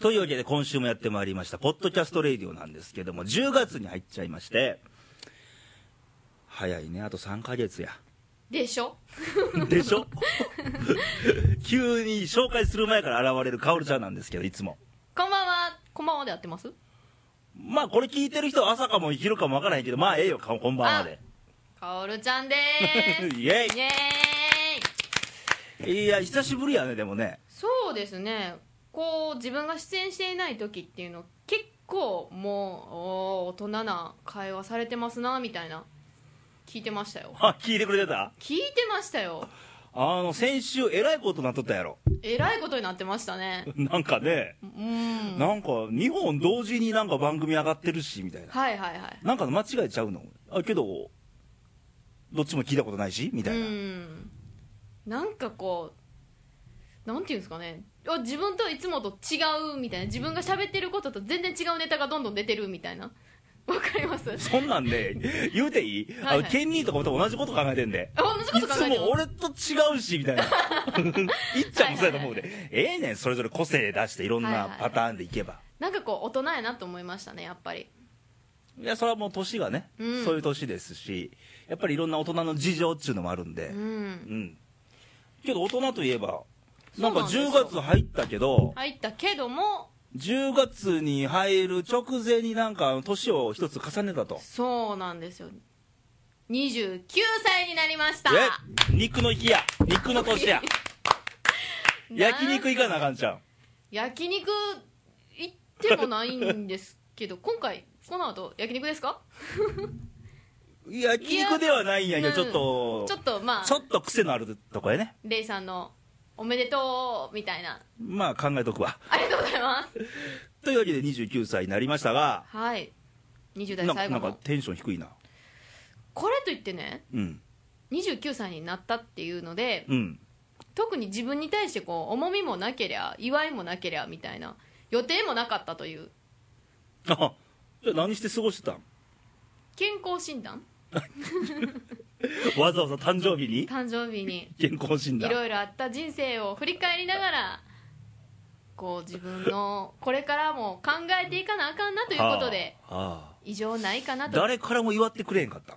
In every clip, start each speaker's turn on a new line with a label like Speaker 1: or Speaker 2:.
Speaker 1: というわけで今週もやってまいりました、ポッドキャストレイディオなんですけども、10月に入っちゃいまして、早いね、あと3ヶ月や。
Speaker 2: でしょ
Speaker 1: でしょ 急に紹介する前から現れるカオルちゃんなんですけど、いつも。
Speaker 2: こんばんはこんばんはでやってます
Speaker 1: まあこれ聞いてる人は朝かも昼かもわからへんけど、まあええよ、こんばんはで。
Speaker 2: かおるちゃんでー す
Speaker 1: イエ
Speaker 2: イエーイ
Speaker 1: イいや、久しぶりやね、でもね。
Speaker 2: そうですねこう自分が出演していない時っていうの結構もうおー大人な会話されてますなみたいな聞いてましたよ
Speaker 1: あ、聞いてくれてた
Speaker 2: 聞いてましたよ
Speaker 1: あの、先週えらいことなっとったやろ。
Speaker 2: えらいことになってまし たね
Speaker 1: なんかね、
Speaker 2: うん
Speaker 1: なんか2本同時になんか番組上がってるし、みたいな。
Speaker 2: はいはいはい
Speaker 1: なんか間違えちゃうのあ、けど、どっちも聞いたことないし、みたいうな。
Speaker 2: んなんかこうなんていうんですかねあ自分といつもと違うみたいな自分が喋ってることと全然違うネタがどんどん出てるみたいな わか ります
Speaker 1: そんなんで、言うていい、
Speaker 2: はいはい
Speaker 1: あの、ケンニーとかも同じこと考えてんで。
Speaker 2: あ同じ
Speaker 1: い
Speaker 2: こと考
Speaker 1: つ
Speaker 2: えて
Speaker 1: も
Speaker 2: ま
Speaker 1: 俺と違うし、みたいな。 いっちゃんもそうやと思うで。ええねん、それぞれ個性出していろん
Speaker 2: はい
Speaker 1: な
Speaker 2: はい
Speaker 1: パターンでいけば。
Speaker 2: すなんかこう大人やなと思いましたねやっぱり
Speaker 1: いや、それはもう年がね、
Speaker 2: うん
Speaker 1: そういう年ですし、やっぱりいろんな大人の事情っていうのもあるんでう
Speaker 2: う。
Speaker 1: んん。けど大人といえば、
Speaker 2: そう
Speaker 1: な
Speaker 2: なん
Speaker 1: か
Speaker 2: んですよ
Speaker 1: 10月入ったけど、
Speaker 2: 入ったけども
Speaker 1: 10月に入る直前になんか年を一つ重ねたと。
Speaker 2: そうなんですよ29歳になりました
Speaker 1: え肉の日や肉の年や 焼肉行かなあかんちゃん。
Speaker 2: 焼肉行ってもないんですけど今回この後焼肉ですか
Speaker 1: 焼肉ではないんやけど、
Speaker 2: うん
Speaker 1: ちょっと、
Speaker 2: ちょっとまあ
Speaker 1: ちょっと癖のあるとこやね。
Speaker 2: レイさんのおめでとうみたいな
Speaker 1: まあ考えとくわ。
Speaker 2: ありがとうございます
Speaker 1: というわけで29歳になりましたが、
Speaker 2: はい20代
Speaker 1: な
Speaker 2: 最
Speaker 1: な
Speaker 2: 後
Speaker 1: んか
Speaker 2: の
Speaker 1: テンション低いな。
Speaker 2: これといってね
Speaker 1: うん。
Speaker 2: 29歳になったっていうので
Speaker 1: うん。
Speaker 2: 特に自分に対してこう重みもなけりゃ祝いもなけりゃみたいな予定もなかったという
Speaker 1: あ、じゃあ何して過ごしてたん
Speaker 2: 健康診断
Speaker 1: わざわざ誕生日に
Speaker 2: 誕生日に
Speaker 1: 健康診
Speaker 2: い
Speaker 1: 断。
Speaker 2: ろいろあった人生を振り返りながらこう自分のこれからも考えていかなあかんなということで
Speaker 1: ああ。あ
Speaker 2: 異常ないかな
Speaker 1: あ
Speaker 2: と
Speaker 1: 誰からも祝ってくれへんかったん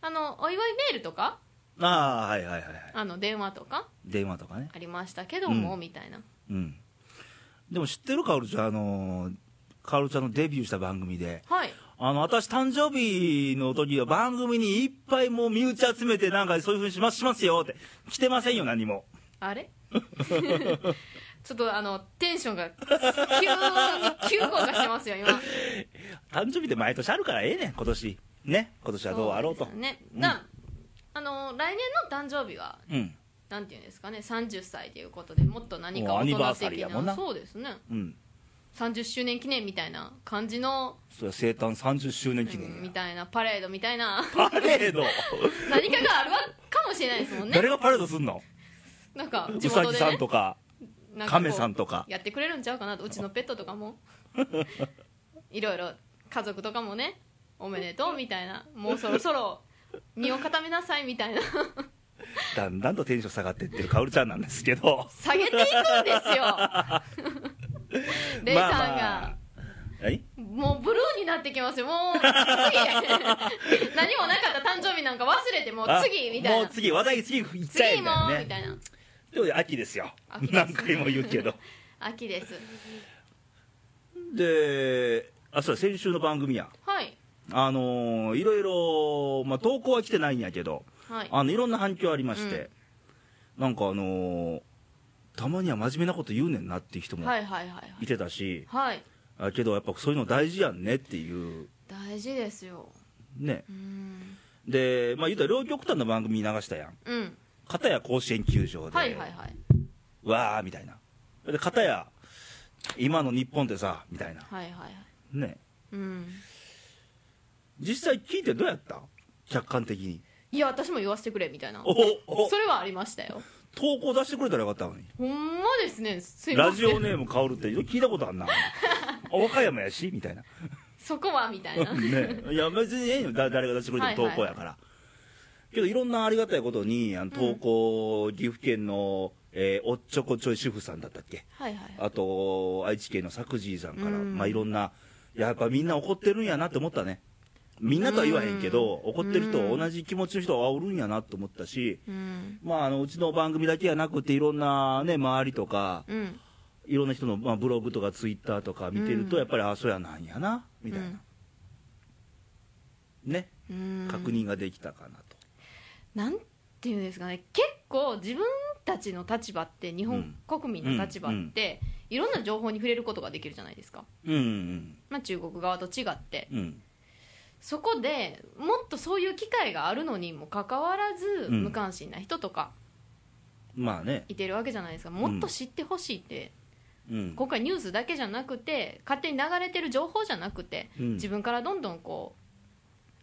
Speaker 2: あのお祝いメールとか
Speaker 1: ああ、はいはいはいはい。
Speaker 2: あの電話とか
Speaker 1: 電話とかね。
Speaker 2: ありましたけども、
Speaker 1: うん
Speaker 2: みたいな
Speaker 1: うん。でも知ってるかおるちゃん、あのー、かおるちゃんのデビューした番組で。
Speaker 2: はい
Speaker 1: あの、私誕生日の時は番組にいっぱいもう身内集めてなんかそういうふうにします、しますよって。来てませんよ、何も。
Speaker 2: あれ ちょっとあのテンションが急に急降下してますよ今
Speaker 1: 誕生日って毎年あるからええねん、今年。ね。今年はどうあろうと。
Speaker 2: そうですねなあの来年の誕生日は
Speaker 1: ん。
Speaker 2: なんていうんですかね30歳ということでもっと何か
Speaker 1: もうア
Speaker 2: 大
Speaker 1: ニバー
Speaker 2: 人
Speaker 1: サリー
Speaker 2: 的
Speaker 1: やもんな
Speaker 2: なそうですね
Speaker 1: うん。
Speaker 2: 30周年記念みたいな感じの、
Speaker 1: それは生誕30周年記
Speaker 2: う
Speaker 1: 念や
Speaker 2: んみたいなパレードみたいな
Speaker 1: パレード
Speaker 2: 何かがあるわかもしれないですもんね
Speaker 1: 誰がパレードすんの
Speaker 2: なんか
Speaker 1: う
Speaker 2: 地
Speaker 1: さぎ
Speaker 2: 元で
Speaker 1: さ
Speaker 2: ね
Speaker 1: んとか、
Speaker 2: なんかこう
Speaker 1: 亀さんとか。
Speaker 2: やってくれるんちゃうかなとうちのペットとかも いろいろ家族とかもねおめでとうみたいなもうそろそろ身を固めなさいみた いな
Speaker 1: だんだんとテンション下がってってるかおるちゃんなんですけど。
Speaker 2: 下げていくんですよレイさんが、
Speaker 1: あ何
Speaker 2: もうブルーになってきますよも う次何もなかった誕生日なんか忘れてもう
Speaker 1: あ
Speaker 2: 次みたい
Speaker 1: も
Speaker 2: な
Speaker 1: う次、話題次行っちゃえ
Speaker 2: 次
Speaker 1: み
Speaker 2: も
Speaker 1: たいな
Speaker 2: みた
Speaker 1: ね。
Speaker 2: いな
Speaker 1: でも秋ですよ。
Speaker 2: 秋です
Speaker 1: 何回も言うけど。
Speaker 2: 秋です
Speaker 1: で、あ、そうだ先週の番組や。
Speaker 2: はい
Speaker 1: あのーいろいろ、まあ、投稿は来てないんやけど、
Speaker 2: はい
Speaker 1: あの、いろんな反響ありまして、なんかあのーたまには真面目なこと言うねんなっていう人も
Speaker 2: はいはいはいはい
Speaker 1: いてたし、
Speaker 2: はい
Speaker 1: あけどやっぱそういうの大事やんねっていう、
Speaker 2: 大事ですよ
Speaker 1: ね。
Speaker 2: うん
Speaker 1: で、まあ、言うたら両極端の番組流したやん。
Speaker 2: うん
Speaker 1: 片や甲子園球場で、
Speaker 2: はいはいはい
Speaker 1: わーみたいな。で、片や、今の日本ってさ、みたいな。
Speaker 2: はいはいはい
Speaker 1: ね。
Speaker 2: うん
Speaker 1: 実際聞いてどうやった客観的に。
Speaker 2: いや私も言わせてくれみたいな
Speaker 1: おお
Speaker 2: それはありましたよ
Speaker 1: 投稿出してくれたらよかったのに。
Speaker 2: ほんまですねすいません
Speaker 1: ラジオネーム薫って聞いたことあんな あ和歌山やしみたいな
Speaker 2: そこはみたいな
Speaker 1: ねいや別にええよだ誰が出してくれても投稿やから、けどいろんなありがたいことにあの投稿、岐阜県のえーおっちょこちょい主婦さんだったっけ
Speaker 2: はいはい
Speaker 1: あと愛知県の作治さんから、
Speaker 2: うん
Speaker 1: まあいろんなやっぱみんな怒ってるんやなって思ったねみんなとは言わへんけど、
Speaker 2: うん
Speaker 1: 怒ってる
Speaker 2: う
Speaker 1: 人
Speaker 2: ん
Speaker 1: 同じ気持ちの人はおるんやなと思ったし、
Speaker 2: うん
Speaker 1: まあ、あのうちの番組だけじゃなくていろんなね周りとか
Speaker 2: うん
Speaker 1: いろんな人の、まあ、ブログとかツイッターとか見てると、
Speaker 2: うん
Speaker 1: やっぱりあそうやなんやなみたいな、ね
Speaker 2: うん
Speaker 1: 確認ができたかなと、
Speaker 2: なんていうんですかね結構自分たちの立場って日本国民の立場って、いろんな情報に触れることができるじゃないですか、
Speaker 1: うんうん
Speaker 2: まあ、中国側と違って
Speaker 1: うん
Speaker 2: そこでもっとそういう機会があるのにもかかわらず
Speaker 1: うん
Speaker 2: 無関心な人とか
Speaker 1: まあね、
Speaker 2: いてるわけじゃないですか、もっと知ってほしいって
Speaker 1: うん、
Speaker 2: 今回ニュースだけじゃなくて勝手に流れてる情報じゃなくて
Speaker 1: うん
Speaker 2: 自分からどんどんこう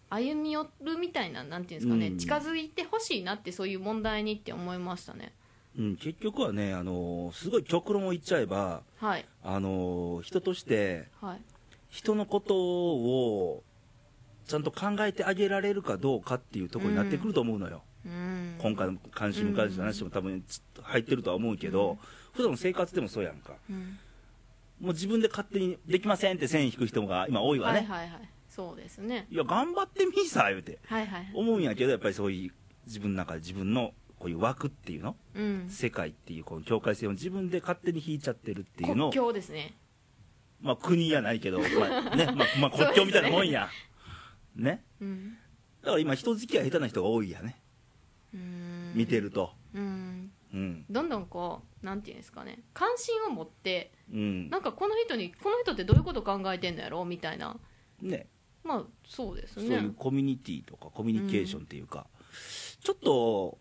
Speaker 2: 歩み寄るみたいななんていうんですかね、
Speaker 1: うん
Speaker 2: 近づいてほしいなってそういう問題にって思いましたね
Speaker 1: うん、結局はね、あのーすごい極論を言っちゃえば、
Speaker 2: はい
Speaker 1: あのー人として
Speaker 2: はい
Speaker 1: 人のことをちゃんと考えてあげられるかどうかっていうところになってくると思うのよ、
Speaker 2: うん
Speaker 1: 今回の関心無関心の話も多分ちょっと入ってるとは思うけど、
Speaker 2: うん
Speaker 1: 普段の生活でもそうやんか
Speaker 2: うん
Speaker 1: もう自分で勝手にできませんって線引く人が今多いわね、
Speaker 2: はいはいはいそうですね
Speaker 1: いや頑張ってみーさ言うて
Speaker 2: はいはいはい
Speaker 1: 思うんやけどやっぱりそういう自分の中で自分のこういう枠っていうの
Speaker 2: うん
Speaker 1: 世界っていうこの境界線を自分で勝手に引いちゃってるっていうの
Speaker 2: 国
Speaker 1: を
Speaker 2: 境ですね
Speaker 1: まあ、国やないけど、まあねまあまあ、国境みたいなもんや、ね、
Speaker 2: うん
Speaker 1: だから今、人付き合い下手な人が多いやね、
Speaker 2: うん
Speaker 1: 見てると、
Speaker 2: うん
Speaker 1: うん、
Speaker 2: どんどんこうなんていうんですかね関心を持って
Speaker 1: うん、
Speaker 2: なんかこの人にこの人ってどういうこと考えてんのやろみたいな
Speaker 1: ね、
Speaker 2: まあそうです
Speaker 1: そう
Speaker 2: ね
Speaker 1: いうコミュニティとか、コミュニケーションっていうか、ちょっと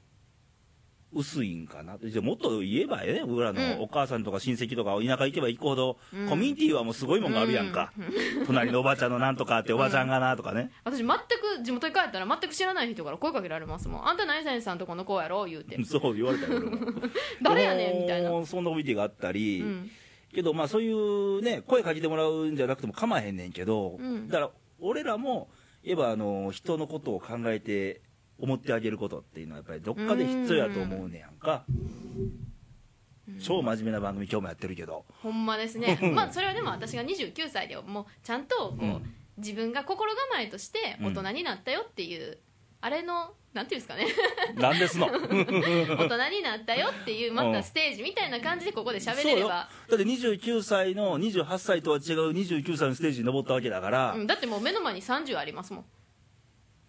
Speaker 1: 薄いんかな、じゃあもっと言えばええね、僕ら
Speaker 2: うん
Speaker 1: のお母さんとか親戚とか、田舎行けば行くほど、
Speaker 2: うん
Speaker 1: コミュニティはもうすごいもんがあるやんか、隣のおばちゃんのなんとかって、おばちゃんがなとかね、
Speaker 2: 私全く地元に帰ったら全く知らない人から声かけられますもんあんた何々さんとこの子やろ言うて
Speaker 1: そう言われたよ、俺も
Speaker 2: 誰やねんみたいな
Speaker 1: でもそんなコミュニティがあったり。
Speaker 2: うん
Speaker 1: けど、まあ、そういうね、声かけてもらうんじゃなくても構わへんねんけど、
Speaker 2: うん
Speaker 1: だから、俺らも、言えば、あの、人のことを考えて、思ってあげることっていうのは、やっぱりどっかで必要やと思うねやんか。超真面目な番組、今日もやってるけど。
Speaker 2: ほんまですねまあそれはでも私が29歳でもうちゃんとこう、
Speaker 1: うん
Speaker 2: 自分が心構えとして大人になったよっていう、あれのなんていうんです かね
Speaker 1: なんですの。
Speaker 2: 大人になったよっていうま
Speaker 1: う
Speaker 2: た
Speaker 1: ん
Speaker 2: ステージみたいな感じでここで喋
Speaker 1: そ
Speaker 2: れ
Speaker 1: う
Speaker 2: れ
Speaker 1: よだ
Speaker 2: ば
Speaker 1: って29歳の28歳とは違う29歳のステージに登ったわけだから、
Speaker 2: う、ん、だってもう目の前に30ありますもん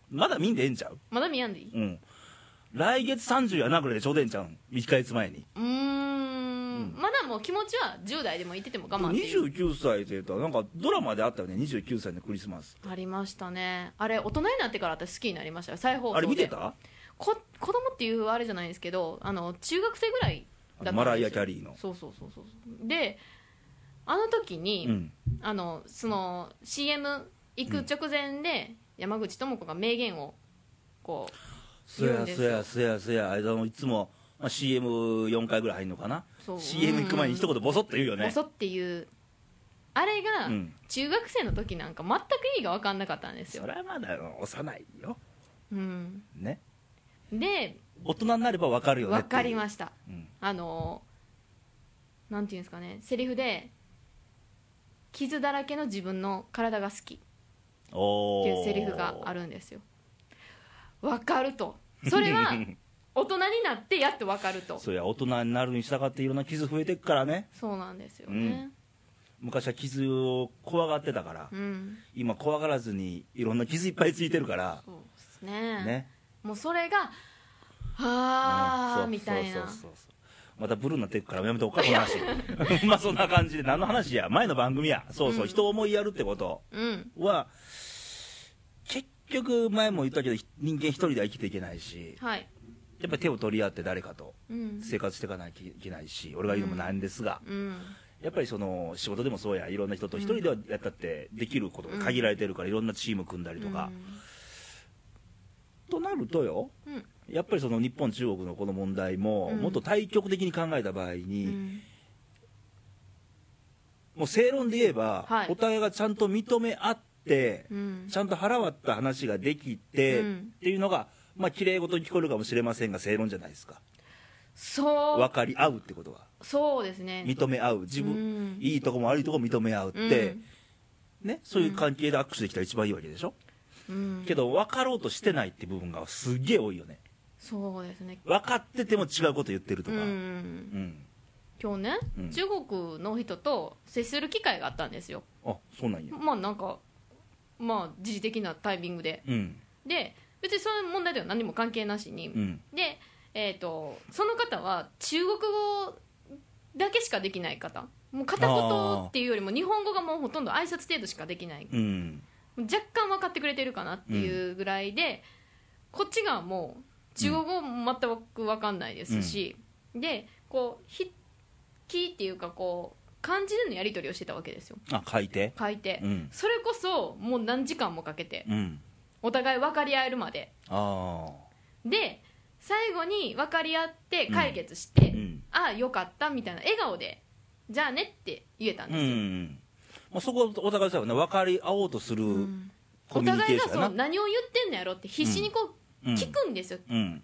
Speaker 1: まだ見んでええんちゃう
Speaker 2: まだ見やんでいいう
Speaker 1: うん。来月30やなぐらいでちょうどええんちゃうん。1ヶ月前に。
Speaker 2: うーんまだもう気持ちは10代でもいてても我慢っていう
Speaker 1: 29歳というと、なんかドラマであったよね、29歳のクリスマス。
Speaker 2: ありましたねあれ大人になってから私好きになりましたよ再放送で
Speaker 1: あれ見てた
Speaker 2: こ子供っていうあれじゃないんですけどあの中学生ぐらいだったんですよ
Speaker 1: マライア・キャリーの。
Speaker 2: そうそうそうそうであの時に、
Speaker 1: うん。
Speaker 2: あのその CM 行く直前で、山口智子が名言をこ
Speaker 1: そ
Speaker 2: 言うん
Speaker 1: や
Speaker 2: です
Speaker 1: そ
Speaker 2: よ
Speaker 1: やそやそや、あれだもいつも、まあ、CM4 回ぐらい入るのかな
Speaker 2: そう。
Speaker 1: CM 行く前に一言ボソッと言うよ
Speaker 2: う、
Speaker 1: ね。
Speaker 2: 遅っていうあれが、
Speaker 1: うん
Speaker 2: 中学生の時なんか全く意味が分かんなかったんです
Speaker 1: そ
Speaker 2: よ、
Speaker 1: れはまだ幼いよ。
Speaker 2: うん、
Speaker 1: ね。
Speaker 2: で
Speaker 1: 大人になればわかるよね。
Speaker 2: 分かりま
Speaker 1: し
Speaker 2: した
Speaker 1: た。うん。
Speaker 2: あのなんていうんですかねセリフで「傷だらけの自分の体が好き」っ
Speaker 1: お
Speaker 2: て
Speaker 1: ー
Speaker 2: いうセリフがあるんですよわかるとそれ は大人になってやっとわかると
Speaker 1: そや、大人になるに従っていろんな傷増えてくからね。
Speaker 2: そうなんですよね
Speaker 1: 昔は傷を怖がってたから、
Speaker 2: うん、
Speaker 1: 今怖がらずにいろんな傷いっぱいついてるから、
Speaker 2: そうですね
Speaker 1: ね。
Speaker 2: もうそれがあ
Speaker 1: う
Speaker 2: あ
Speaker 1: ん
Speaker 2: みたいな
Speaker 1: そうそうそうそうまたブルーになっていくからやめとこうかこの 話まあそんな感じで何の話や前の番組やそうそう、
Speaker 2: うん
Speaker 1: 人を思いやるってこと
Speaker 2: うん
Speaker 1: は結局前も言ったけどひ人間一人では生きていけないし
Speaker 2: はい
Speaker 1: やっぱり手を取り合って誰かと
Speaker 2: うん
Speaker 1: 生活していかなきゃいけないし俺が言うのもなんですが、
Speaker 2: うん
Speaker 1: やっぱりその仕事でもそうやいろんな人と一人ではやったってできることが限られてるからいろんなチーム組んだりとか、となるとよ
Speaker 2: うんうん
Speaker 1: やっぱりその日本、中国のこの問題も、
Speaker 2: うん
Speaker 1: もっと対極的に考えた場合に、
Speaker 2: うん
Speaker 1: もう正論で言えば、
Speaker 2: はい
Speaker 1: お互いがちゃんと認め合って、
Speaker 2: うん
Speaker 1: ちゃんと腹割った話ができて、
Speaker 2: うん
Speaker 1: っていうのが、まあ綺麗事に聞こえるかもしれませんが、正論じゃないですか。
Speaker 2: そ
Speaker 1: 分かり合うってことは
Speaker 2: うそうですね
Speaker 1: 認め合う自分、
Speaker 2: うん
Speaker 1: いいとこも悪いとこも認め合うって、
Speaker 2: うん
Speaker 1: ね、そういう関係で握手できたら一番いいわけでしょ、
Speaker 2: うん
Speaker 1: けど分かろうとしてないって部分がすっげえ多いよね
Speaker 2: そうですね
Speaker 1: 分かってても違うこと言ってると
Speaker 2: う
Speaker 1: か、う
Speaker 2: ん
Speaker 1: ん
Speaker 2: 今日ね、
Speaker 1: うん
Speaker 2: 中国の人と接する機会があったんですよ
Speaker 1: あそうなんや
Speaker 2: まあなんかまあ時事的なタイミングで
Speaker 1: うん
Speaker 2: で別にその問題では何も関係なしに、
Speaker 1: うん
Speaker 2: で、えー、とその方は中国語だけしかできない方もう片言っていうよりも日本語がもうほとんど挨拶程度しかできない
Speaker 1: うん
Speaker 2: 若干分かってくれてるかなっていうぐらいで、こっちがもう中国語も全く分かんないですし、でこう筆記っていうかこう漢字でのやり取りをしてたわけですよ
Speaker 1: あ書いて
Speaker 2: 書いて、
Speaker 1: うん
Speaker 2: それこそもう何時間もかけて
Speaker 1: うん
Speaker 2: お互い分かり合えるまで
Speaker 1: あ
Speaker 2: で最後に分かり合って解決して、
Speaker 1: うんうん
Speaker 2: ああよかったみたいな笑顔でじゃあねって言えたん
Speaker 1: あう
Speaker 2: ですよ、
Speaker 1: ん、まあ、そこはお互いさ分かり合おうとする
Speaker 2: うん
Speaker 1: コ
Speaker 2: お
Speaker 1: ミュニケ
Speaker 2: 互い
Speaker 1: ーショ
Speaker 2: が
Speaker 1: ン
Speaker 2: そ
Speaker 1: や
Speaker 2: の
Speaker 1: な、
Speaker 2: 何を言ってんのやろって必死にこう
Speaker 1: うん
Speaker 2: 聞くんですよ、
Speaker 1: うん、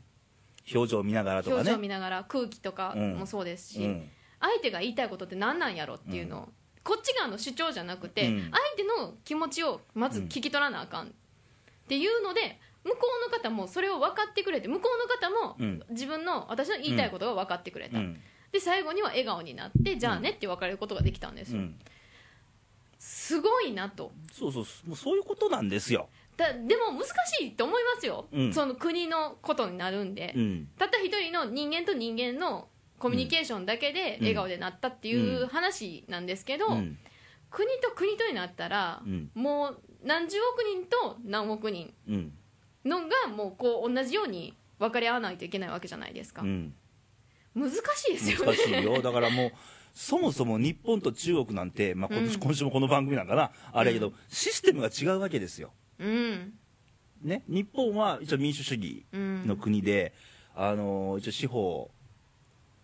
Speaker 1: 表情見ながらとか
Speaker 2: 表
Speaker 1: ね
Speaker 2: 情見ながら空気とかもそうですし、
Speaker 1: うん
Speaker 2: 相手が言いたいことって何なんやろっていうのを、こっち側の主張じゃなくて、
Speaker 1: うん
Speaker 2: 相手の気持ちをまず聞き取らなあかんっていうので向こうの方もそれを分かってくれて向こ
Speaker 1: う
Speaker 2: うの方
Speaker 1: ん
Speaker 2: も自分の私の言いたいことが分かってくれた、
Speaker 1: うん
Speaker 2: で最後には笑顔になってじゃあねって別れることができたんです
Speaker 1: う
Speaker 2: よ、
Speaker 1: ん、
Speaker 2: すごいなと
Speaker 1: そうそうそうもうそういうことなんですよ、
Speaker 2: だでも難しいと思いますよ、
Speaker 1: うん
Speaker 2: その国のことになるんで、
Speaker 1: うん
Speaker 2: たった一人の人間と人間のコミュニケーションだけで
Speaker 1: うん
Speaker 2: 笑顔でなったっていううん話なんですけど、
Speaker 1: うん
Speaker 2: 国と国とになったら、
Speaker 1: うん
Speaker 2: もう何十億人と何億人
Speaker 1: うん
Speaker 2: のがもうこう同じように分かり合わないといけないわけじゃないですか、
Speaker 1: うん、
Speaker 2: 難しいですよ
Speaker 1: 難
Speaker 2: ね
Speaker 1: しいよだからもうそもそも日本と中国なんて、まあ、今年今週もこの番組なんかな、あれやけどシステムが違うわけですよ、
Speaker 2: うん
Speaker 1: ね、日本は一応民主主義
Speaker 2: うん
Speaker 1: の国で、あの一応司法、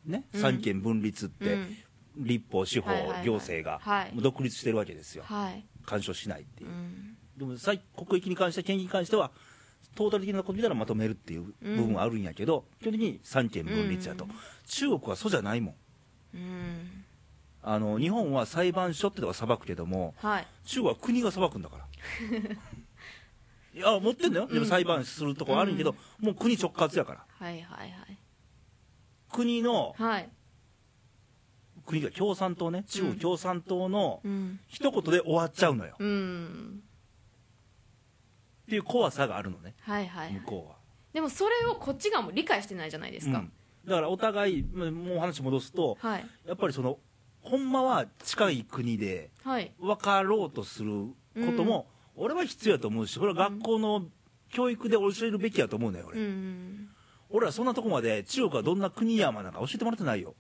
Speaker 1: ね、
Speaker 2: うん
Speaker 1: 三権分立って、
Speaker 2: うん
Speaker 1: 立法、司法、
Speaker 2: はいはいはい
Speaker 1: 行政が、
Speaker 2: はい
Speaker 1: もう独立してるわけですよ、
Speaker 2: はい、
Speaker 1: 干渉しないっていうう、
Speaker 2: ん
Speaker 1: でも最国益に関して、権益に関しては、トータル的なこと見たらまとめるっていう部分はあるんやけど、基本的に三権分立やと、
Speaker 2: うん
Speaker 1: 中国はそうじゃないもん。
Speaker 2: うん、
Speaker 1: あの日本は裁判所ってとこ裁くけども、
Speaker 2: はい
Speaker 1: 中国は国が裁くんだ から。いや、持ってんだよ、でも裁判するとこあるんやけど、もう国直轄やから、
Speaker 2: はいはいはい
Speaker 1: 国の、
Speaker 2: はい、
Speaker 1: 国が共産党ね、中国共産党の
Speaker 2: うん
Speaker 1: 一言で終わっちゃうのよ、
Speaker 2: うん、
Speaker 1: っていう怖さがあるのね、
Speaker 2: はいはい、はい
Speaker 1: 向、こうは。
Speaker 2: でもそれをこっちがもう理解してないじゃないですか、
Speaker 1: うんだからお互い、まもう話戻すと、
Speaker 2: はい
Speaker 1: やっぱりその、ほんまは近い国で、
Speaker 2: はい
Speaker 1: 分かろうとすることも、俺は必要やと思うし、これは学校の教育で教えるべきやと思うね、俺。
Speaker 2: うん
Speaker 1: 俺らそんなとこまで中国はどんな国やまなんか教えてもらってないよ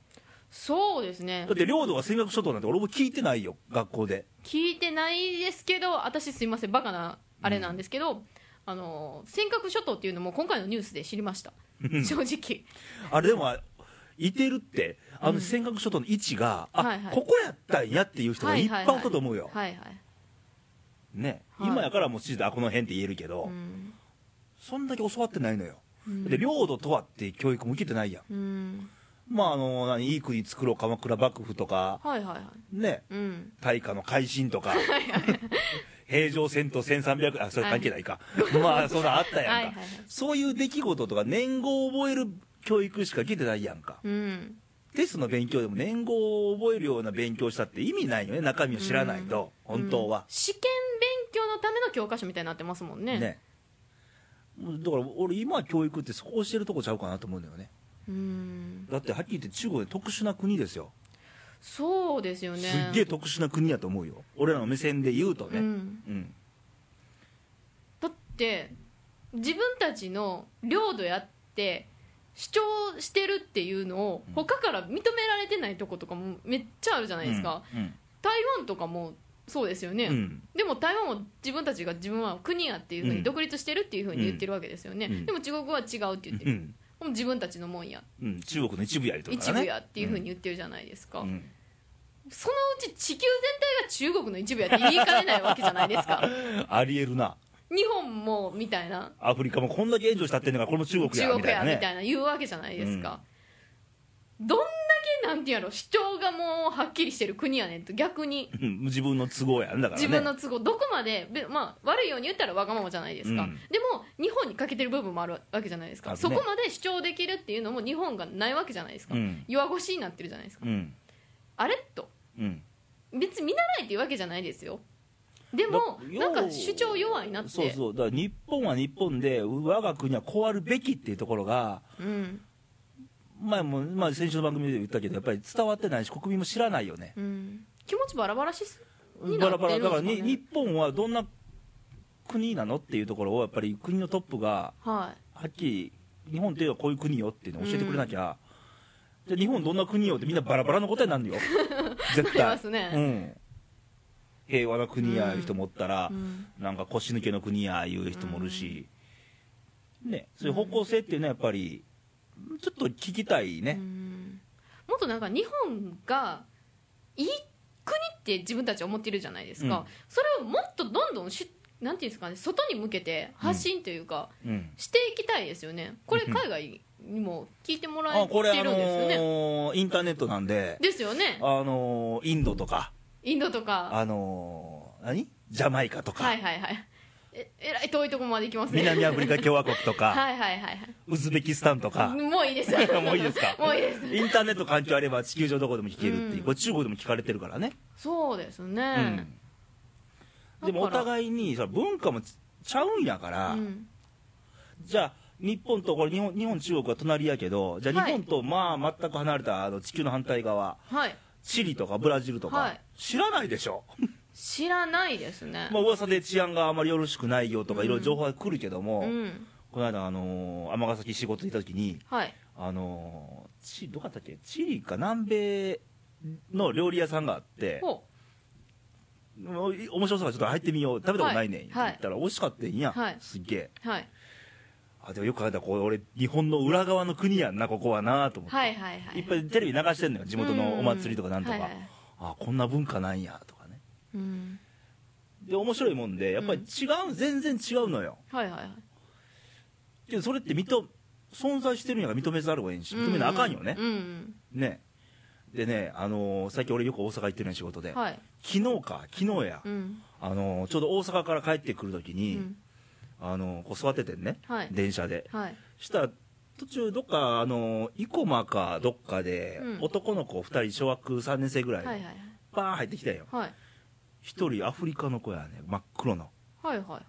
Speaker 2: そうですね
Speaker 1: だって領土が尖閣諸島なんて俺も聞いてないよ学校で
Speaker 2: 聞いてないですけど私すいませんバカなあれなんですけど、あの尖閣諸島っていうのも今回のニュースで知りました正直
Speaker 1: あれでもいてるってあの尖閣諸島の位置が、あ、
Speaker 2: はいはい
Speaker 1: ここやったんやっていう人がいっぱいおったと思うよ、
Speaker 2: はいはい、
Speaker 1: ね、
Speaker 2: はい
Speaker 1: 今やからもう地図であこの辺って言えるけど、
Speaker 2: うん
Speaker 1: そんだけ教わってないのよ、
Speaker 2: うん
Speaker 1: で領土とはって教育も受けてないやん
Speaker 2: うん、
Speaker 1: まああの何いい国作ろう鎌倉幕府とか
Speaker 2: はいはいはい
Speaker 1: ね
Speaker 2: うん
Speaker 1: 大化の改新とか平城戦と1300あそれ関係ないか、まあそんなんあったやんか
Speaker 2: はいはいはい
Speaker 1: そういう出来事とか年号を覚える教育しか受けてないやんか
Speaker 2: うん
Speaker 1: テストの勉強でも年号を覚えるような勉強したって意味ないよね中身を知らないと、本当
Speaker 2: うん
Speaker 1: は、
Speaker 2: 試験勉強のための教科書みたいになってますもんね
Speaker 1: ねだから俺今教育ってそこをしてるとこちゃうかなと思うんだよね
Speaker 2: うん
Speaker 1: だってはっきり言って中国で特殊な国ですよ、
Speaker 2: そうですよね
Speaker 1: すっげえ特殊な国やと思うよ俺らの目線で言うとね
Speaker 2: うん
Speaker 1: うん
Speaker 2: だって自分たちの領土やって主張してるっていうのを他から認められてないとことかもめっちゃあるじゃないですか、
Speaker 1: うん
Speaker 2: 台湾とかもそうですよね、
Speaker 1: うん
Speaker 2: でも台湾は自分たちが自分は国やっていうふう
Speaker 1: う
Speaker 2: に
Speaker 1: ん
Speaker 2: 独立してるっていうふうに言ってるわけですよね、
Speaker 1: うん
Speaker 2: でも中国は違うって言って
Speaker 1: う
Speaker 2: る、
Speaker 1: ん
Speaker 2: もう自分たちのもんや
Speaker 1: うん、中国の一部やりとかね
Speaker 2: 一部やっていうふうに言ってるじゃないですか、
Speaker 1: うんうん
Speaker 2: そのうち地球全体が中国の一部やって言いかねないわけじゃないです か
Speaker 1: ありえるな
Speaker 2: 日本もみたいな
Speaker 1: アフリカもこんだけ援助したってんのがこれも中国や
Speaker 2: 中
Speaker 1: み
Speaker 2: 国
Speaker 1: たい
Speaker 2: や
Speaker 1: な
Speaker 2: み
Speaker 1: ね
Speaker 2: たいな言うわけじゃないですか、どんだけなんていうんやろ主張がもうはっきりしてる国やねんと逆に
Speaker 1: うん自分の都合やんだからね
Speaker 2: 自分の都合どこまで、べまあ、悪いように言ったらわがままじゃないですか、
Speaker 1: うん
Speaker 2: でも日本に欠けてる部分もあるわけじゃないですか、
Speaker 1: あるね
Speaker 2: そこまで主張できるっていうのも日本がないわけじゃないですか、
Speaker 1: うん
Speaker 2: 弱腰になってるじゃないですか、
Speaker 1: うん
Speaker 2: あれと
Speaker 1: うん
Speaker 2: 別に見習いっていうわけじゃないですよで
Speaker 1: だ
Speaker 2: もなん
Speaker 1: 要
Speaker 2: か
Speaker 1: は
Speaker 2: 主張弱いなって
Speaker 1: そうそうだから日本は日本で我が国はこうあるべきっていうところが
Speaker 2: うん
Speaker 1: 前も、まあ、先週の番組で言ったけどやっぱり伝わってないし国民も知らないよね
Speaker 2: うん、気持ちバラバラしすにな
Speaker 1: バ
Speaker 2: って
Speaker 1: ラ
Speaker 2: るんで
Speaker 1: バラ
Speaker 2: すか、ね、
Speaker 1: だからに日本はどんな国なのっていうところをやっぱり国のトップが
Speaker 2: はい
Speaker 1: はっきり日本っていうのはこういう国よっていうのを教えてくれなきゃ、じゃあ日本どんな国よってみんなバラバラの答えになる よ絶対
Speaker 2: なりますね
Speaker 1: うん、平和な国やいう人もおったら
Speaker 2: う、ん
Speaker 1: なんか腰抜けの国やいう人もおるし、ねそういう方向性っていうのはやっぱりちょっと聞きたいうね、
Speaker 2: んもっとなんか日本がいい国って自分たちは思ってるじゃないですか、
Speaker 1: うん
Speaker 2: それをもっとどんどんしなんていうんですかね外に向けて発信というか、
Speaker 1: うん
Speaker 2: していきたいですよねこれ海外にも聞いてもら え
Speaker 1: あ
Speaker 2: て
Speaker 1: これあ
Speaker 2: る
Speaker 1: の
Speaker 2: んですよね、
Speaker 1: ーインターネットなんで
Speaker 2: ですよね
Speaker 1: あのーインドとか
Speaker 2: インドとか
Speaker 1: あのー何ジャマイカとか、
Speaker 2: はいはいはいええらい遠いところまで行きますね
Speaker 1: 南アフリカ共和国とか、
Speaker 2: はいはいはい
Speaker 1: ウズベキスタンとか
Speaker 2: はい、もういいです
Speaker 1: もういいですか
Speaker 2: もういいです
Speaker 1: インターネット環境あれば地球上どこでも聞けるっていう、
Speaker 2: うん
Speaker 1: これ中国でも聞かれてるからね、
Speaker 2: そうです
Speaker 1: う
Speaker 2: ね、
Speaker 1: ん、でもお
Speaker 2: い、
Speaker 1: 互いにその文化もちちゃうんやから、
Speaker 2: うん
Speaker 1: じゃあ日本とこれ日本日本中国は隣やけどじゃあ
Speaker 2: はい
Speaker 1: 日本とまあ全く離れたあの地球の反対側
Speaker 2: はい
Speaker 1: チリとかブラジルとか、
Speaker 2: はい
Speaker 1: 知らないでしょ
Speaker 2: 知らないですね、
Speaker 1: まあ噂で治安があまりよろしくないよとかいろいろ情報が来るけども、
Speaker 2: うん
Speaker 1: この間あのー尼、崎仕事行った時に
Speaker 2: はい
Speaker 1: あのーチリどこだったっけチリか南米の料理屋さんがあって
Speaker 2: ほ
Speaker 1: もう面白そうからちょっと入ってみよう食べたことないねん、
Speaker 2: はい
Speaker 1: って言ったら美味しかったんや、
Speaker 2: はい
Speaker 1: すっげえ
Speaker 2: うはい
Speaker 1: あでもよく考えたらこれ俺日本の裏側の国やんなここはなと思って、
Speaker 2: はいはいはい
Speaker 1: いっぱいテレビ流してんのよ地元のお祭りとかなんとか、
Speaker 2: うんはいはい
Speaker 1: あこんな文化なんやとかね
Speaker 2: うん
Speaker 1: で面白いもんでやっぱり違う、全然違うのよ
Speaker 2: はいはいはい
Speaker 1: けどそれって認存在してるんやから認めざるをえんし認めなあかんよね
Speaker 2: う、ん
Speaker 1: ねでねあのー、最近俺よく大阪行ってるね仕事で、
Speaker 2: うんはい
Speaker 1: 昨日か昨日や、
Speaker 2: うん
Speaker 1: あのー、ちょうど大阪から帰ってくるとき
Speaker 2: う
Speaker 1: に、
Speaker 2: ん
Speaker 1: あのー、こう座っててんね、
Speaker 2: はい
Speaker 1: 電車で
Speaker 2: はい
Speaker 1: したら途中どっかあの生駒かどっかで、
Speaker 2: うん
Speaker 1: 男の子2人小学3年生ぐら、
Speaker 2: はいいはい
Speaker 1: バーン入ってきたんよ
Speaker 2: はい
Speaker 1: 1人アフリカの子やね真っ黒の
Speaker 2: はいは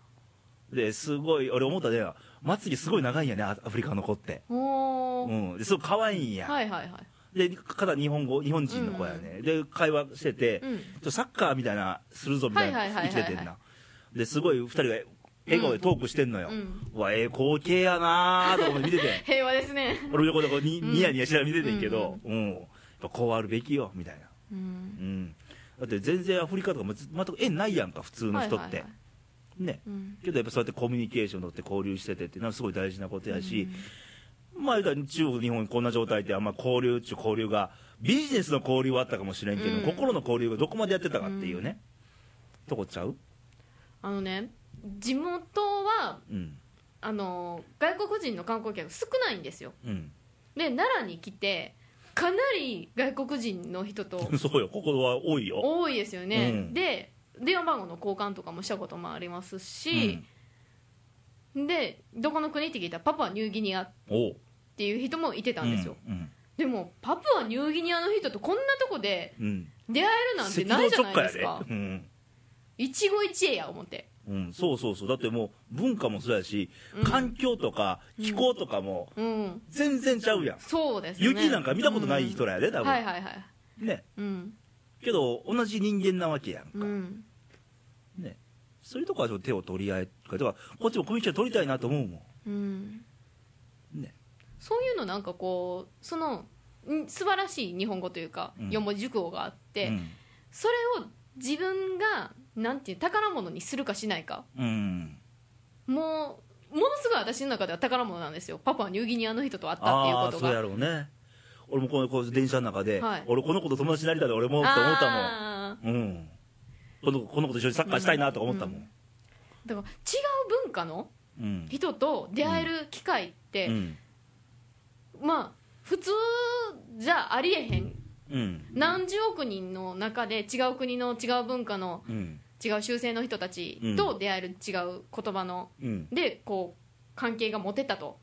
Speaker 2: い
Speaker 1: ですごい俺思ったでまつげすごい長いんやねアアフリカの子って
Speaker 2: お
Speaker 1: う
Speaker 2: ー
Speaker 1: んですごい可愛いんや、
Speaker 2: はいはいはい
Speaker 1: でた日本語日本人の子やね、で会話してて、
Speaker 2: うん
Speaker 1: ちょっとサッカーみたいなするぞみたい
Speaker 2: はいは
Speaker 1: ない
Speaker 2: はい
Speaker 1: 生
Speaker 2: はい
Speaker 1: きててんなですごい2人が笑顔でトークしてんのよ、
Speaker 2: う
Speaker 1: うんわええ光景やなーと思って見てて
Speaker 2: 平和ですね
Speaker 1: 俺の横でこうにニヤニヤしながら見ててんけど、うんやっぱこうあるべきよみたいな、
Speaker 2: うん
Speaker 1: うん、だって全然アフリカとかも全く縁ないやんか普通の人って、
Speaker 2: はいはいはい
Speaker 1: ね
Speaker 2: うん
Speaker 1: けどやっぱそうやってコミュニケーション取って交流しててっていうのはすごい大事なことやし、まあ言うたら中国日本こんな状態であんま交流っちゅう交流がビジネスの交流はあったかもしれんけど、
Speaker 2: うん
Speaker 1: 心の交流がどこまでやってたかっていうね、とこちゃう
Speaker 2: あのね地元は
Speaker 1: うん
Speaker 2: あの外国人の観光客少ないんですよ
Speaker 1: うん
Speaker 2: で奈良に来てかなり外国人の人と
Speaker 1: そうよここは多いよ
Speaker 2: 多いですよね、
Speaker 1: うん
Speaker 2: で電話番号の交換とかもしたこともありますし、でどこの国って聞いたらパプアニューギニアっ
Speaker 1: うん、おう
Speaker 2: ていう人もいてたんですよ、
Speaker 1: うん
Speaker 2: でもパプアニューギニアの人とこんなとこで
Speaker 1: うんうん
Speaker 2: 出会えるなんてないじゃないです
Speaker 1: 赤道直下
Speaker 2: か
Speaker 1: やでうん
Speaker 2: 一期一会や思って
Speaker 1: うん、そうそうそうだってもう文化もそうやし、
Speaker 2: うん
Speaker 1: 環境とか気候とかも
Speaker 2: うん
Speaker 1: 全然ちゃうやん、
Speaker 2: そうですね
Speaker 1: 雪なんか見たことない人
Speaker 2: ら、
Speaker 1: らやで
Speaker 2: う
Speaker 1: 多
Speaker 2: ん
Speaker 1: 分、
Speaker 2: はいはいはい
Speaker 1: ね
Speaker 2: うん
Speaker 1: けど同じ人間なわけやんか、
Speaker 2: うん
Speaker 1: ねそういうとこはちょっと手を取り合えるかだからこっちもコミュニケーション取りたいなと思うも
Speaker 2: うん
Speaker 1: んね
Speaker 2: そういうのなんかこうそのん素晴らしい日本語というか、
Speaker 1: うん
Speaker 2: 四文字熟語があって、
Speaker 1: うん、
Speaker 2: それを自分がなんていう宝物にするかしないか
Speaker 1: うん、
Speaker 2: もうものすごい私の中では宝物なんですよパパはニューギニアの人と会ったっていう
Speaker 1: あ
Speaker 2: こ
Speaker 1: あ
Speaker 2: と
Speaker 1: そうや
Speaker 2: が
Speaker 1: ろうね俺もこのこう電車の中で、
Speaker 2: はい
Speaker 1: 俺この子と友達になりたいと俺もって思った
Speaker 2: あ
Speaker 1: もんうんこの子この子と一緒にサッカーしたいなとか思ったもん
Speaker 2: ーだから違う文化の
Speaker 1: うん、
Speaker 2: 人と出会える機会って、
Speaker 1: うん
Speaker 2: まあ普通じゃありえへん
Speaker 1: うん
Speaker 2: 何十億人の中で違う国の違う文化の
Speaker 1: うん
Speaker 2: 違う習性の人たちと出会える違う言葉の
Speaker 1: うん
Speaker 2: でこう関係が持てたと